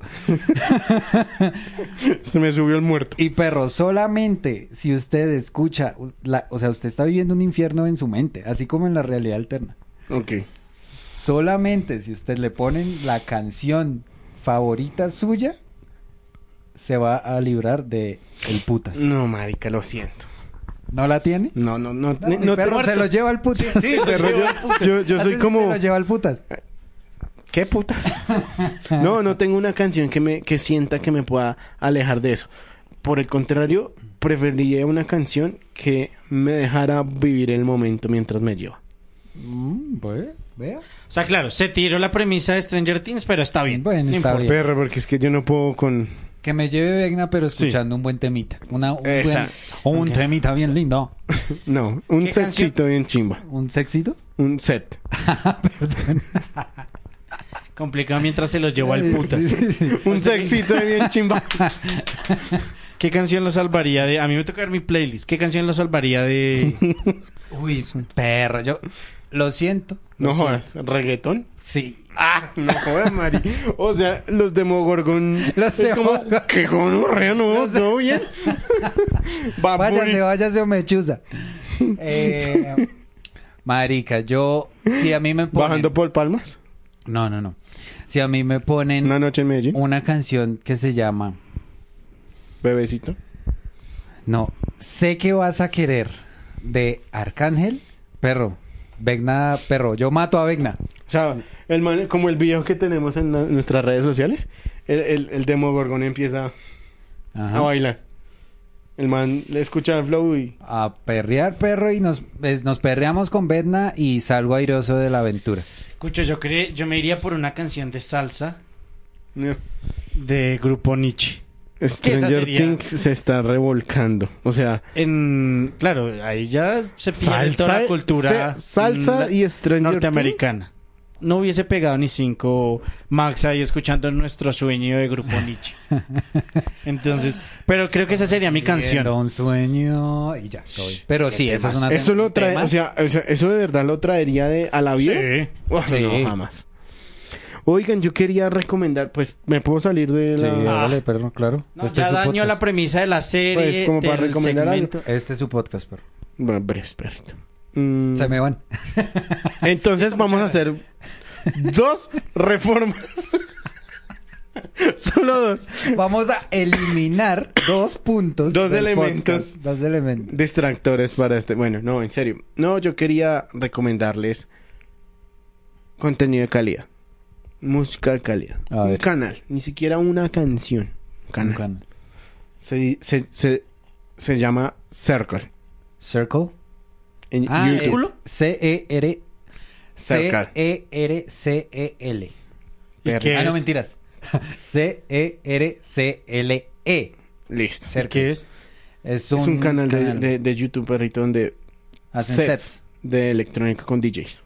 Se me subió el muerto.
Y perro, solamente si usted escucha, u- la- o sea, usted está viviendo un infierno en su mente, así como en la realidad alterna.
Ok.
Solamente si usted le ponen la canción favorita suya, se va a librar de el putas.
No, marica, lo siento.
¿No la tiene?
No, no, no.
No,
ni-
mi
no te-
perro se lo lleva al putas.
Sí, perro, yo, yo, yo soy
Así
como...
Se lo lleva al putas.
¿Qué putas? No, no tengo una canción que me que sienta que me pueda alejar de eso. Por el contrario, preferiría una canción que me dejara vivir el momento mientras me lleva.
Mm, pues, vea.
O sea, claro, se tiró la premisa de Stranger Things, pero está bien.
Bueno,
No
está
importa.
bien.
Perro, porque es que yo no puedo con
Que me lleve Vegna, pero escuchando un buen temita. Una, un, buen-
Esa.
un temita bien lindo.
no, un
¿Qué canción?
setcito bien chimba,
¿Un sexito?
un set.
Complicado mientras se lo llevó al
Sí,
putas.
sí, sí.
Un sexito bien chimba.
¿Qué canción lo salvaría de.? A mí me toca ver mi playlist. ¿Qué canción lo salvaría de.?
Uy, es un perro. Yo lo siento.
No jodas, reggaetón.
Sí.
Ah, no jodas, Mari. O sea, los demogorgon
Los
es como
Demogorgon.
que con un no,
Los de-
todo bien. Bad Bunny.
Váyase, váyase o mechuza. Eh, marica, yo. Si a mí me ponen.
bajando por Palmas.
No, no, no. Si a mí me ponen
Una noche en Medellín.
una canción que se llama.
Bebecito.
No, sé que vas a querer. De Arcángel. Perro. Vegna, perro. Yo mato a Vegna.
O sea, el man- como el video que tenemos en la- nuestras redes sociales, el, el, el Demogorgon empieza a
Ajá.
bailar. El man le escucha el flow y...
A perrear, perro. Y nos, es- nos perreamos con Vegna. Y salgo airoso de la aventura.
Cucho, yo, cre- yo me iría por una canción de salsa
no.
de Grupo Nietzsche.
Stranger
sería-
Things se está revolcando. O sea...
En, claro, ahí ya se pierde toda la cultura
se- salsa
la-
y Stranger
norteamericana. No hubiese pegado ni cinco Max ahí escuchando nuestro sueño de Grupo Nietzsche. Entonces, pero creo que esa sería mi canción.
Viendo un sueño y ya. todo bien. Pero sí, esa es una
Things. Eso lo trae...
tema.
O sea, o sea, eso de verdad lo traería de, al avión.
Sí.
Uf,
Sí.
No, jamás. Oigan, yo quería recomendar... Pues, ¿me puedo salir de
Sí,
la...? Ah.
hágale, perro, claro.
No,
Este es
ya
su
dañó
podcast.
la premisa de la serie.
Pues, como para
del
recomendar algo.
segmento.
Este es su podcast, perro.
Bueno, breves, perrito. Mm.
Se me van.
Entonces vamos a hacer dos reformas. Solo dos.
Vamos a eliminar dos puntos.
Dos
del
elementos.
podcast. Dos elementos.
Distractores para este. Bueno, no, en serio. No, yo quería recomendarles contenido de calidad. Música de calidad.
A
Un
ver.
canal. Ni siquiera una canción. Un Canal.
Un canal.
Se, se, se, se llama Circle.
Circle.
En
Ah,
YouTube.
es C-E-R.
Circle.
E C-E-R-C-E-L.
¿Y
Perro.
qué
Ah, no,
es?
mentiras. E C-E-R-C-L-E.
Listo.
Circle.
¿Qué es?
E. Es
Es un canal, de-
canal.
De, de YouTube, perrito, donde
Hacen
sets
sets.
de electrónica con DJs.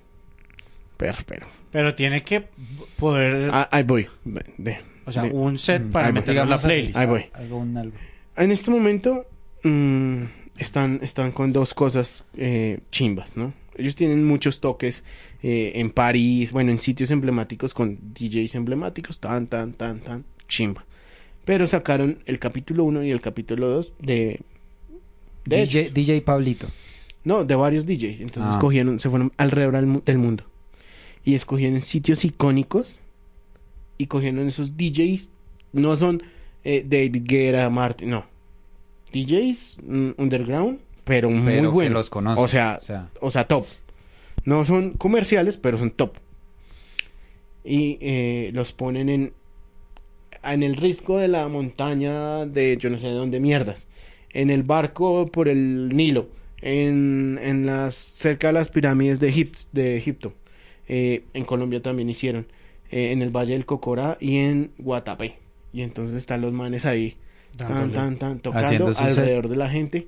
Pero, pero.
Pero tiene que poder.
Ah, ahí voy. De-
o sea,
de- Mm.
un set para
Ahí va.
meterlo en la
Mm. Digamos así.
playlist.
Ahí voy.
Algo, un algo.
En este momento mm, están, están con dos cosas eh, chimbas, ¿no? Ellos tienen muchos toques eh, en París, bueno, en sitios emblemáticos con DJs emblemáticos, tan, tan, tan, tan, chimba. Pero sacaron el capítulo 1 y el capítulo 2 de... de
DJ,
ellos.
DJ Pablito.
No, de varios DJs. Entonces
Ah.
cogieron, se fueron alrededor al mu- del mundo. Y escogieron sitios icónicos. Y cogieron esos DJs. No son eh, David Guerra, Martin, no. DJs mm, underground, pero,
Pero
muy
que
buenos.
los conoces,
O sea,
o sea.
o sea, top. No son comerciales, pero son top. Y eh, los ponen en, en el risco de la montaña de yo no sé de dónde mierdas. en el barco por el Nilo, en, en las, cerca de las pirámides de, Egip- de Egipto. Eh, en Colombia también hicieron, eh, en el Valle del Cocorá y en Guatapé. Y entonces están los manes ahí, tan,
Dándole.
tan, tan, tocando
Haciendo su set.
alrededor de la gente.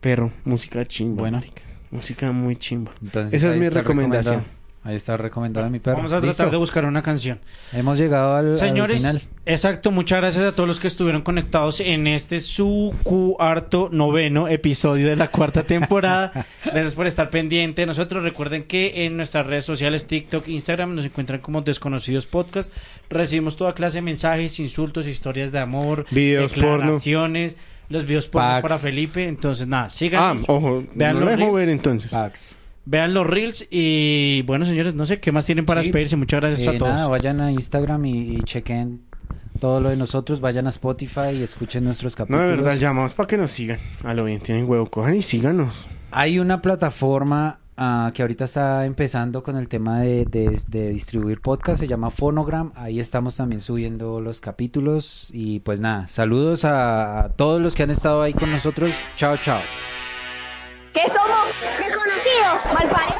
Perro, música chimba.
Bueno.
marica. Música muy chimba.
Entonces,
Esa es
ahí
mi
está
recomendación.
recomendado. Ahí está recomendado mi perro.
Vamos a tratar de
Listo.
buscar una canción.
Hemos llegado al, al
Señores,
final.
exacto, muchas gracias a todos los que estuvieron conectados en este su cuarto noveno episodio de la cuarta temporada. Gracias por estar pendiente. de Nosotros recuerden que en nuestras redes sociales, TikTok, Instagram, nos encuentran como Desconocidos Podcast. Recibimos toda clase de mensajes, insultos, historias de amor,
Videos porno.
declaraciones, los videos pornos
Packs. oh.
para Felipe. Entonces, nada,
Ah,
sigan.
ojo,
Vean
no
los
la dejo
reels.
ver entonces.
Pax.
Vean los reels y bueno, señores, no sé qué más tienen para
Sí.
despedirse. Muchas gracias
Eh,
a todos.
nada, vayan a Instagram y, y chequen todo lo de nosotros. Vayan a Spotify y escuchen nuestros
No,
capítulos.
de verdad, llamamos para que nos sigan. A lo bien, tienen huevo, cojan y síganos.
Hay una plataforma ah, que ahorita está empezando con el tema de, de- de distribuir podcast, se llama Phonogram. Ahí estamos también subiendo los capítulos. Y pues nada, saludos a, a todos los que han estado ahí con nosotros. Chao, chao.
¿Qué somos? Desconocidos, malparidos.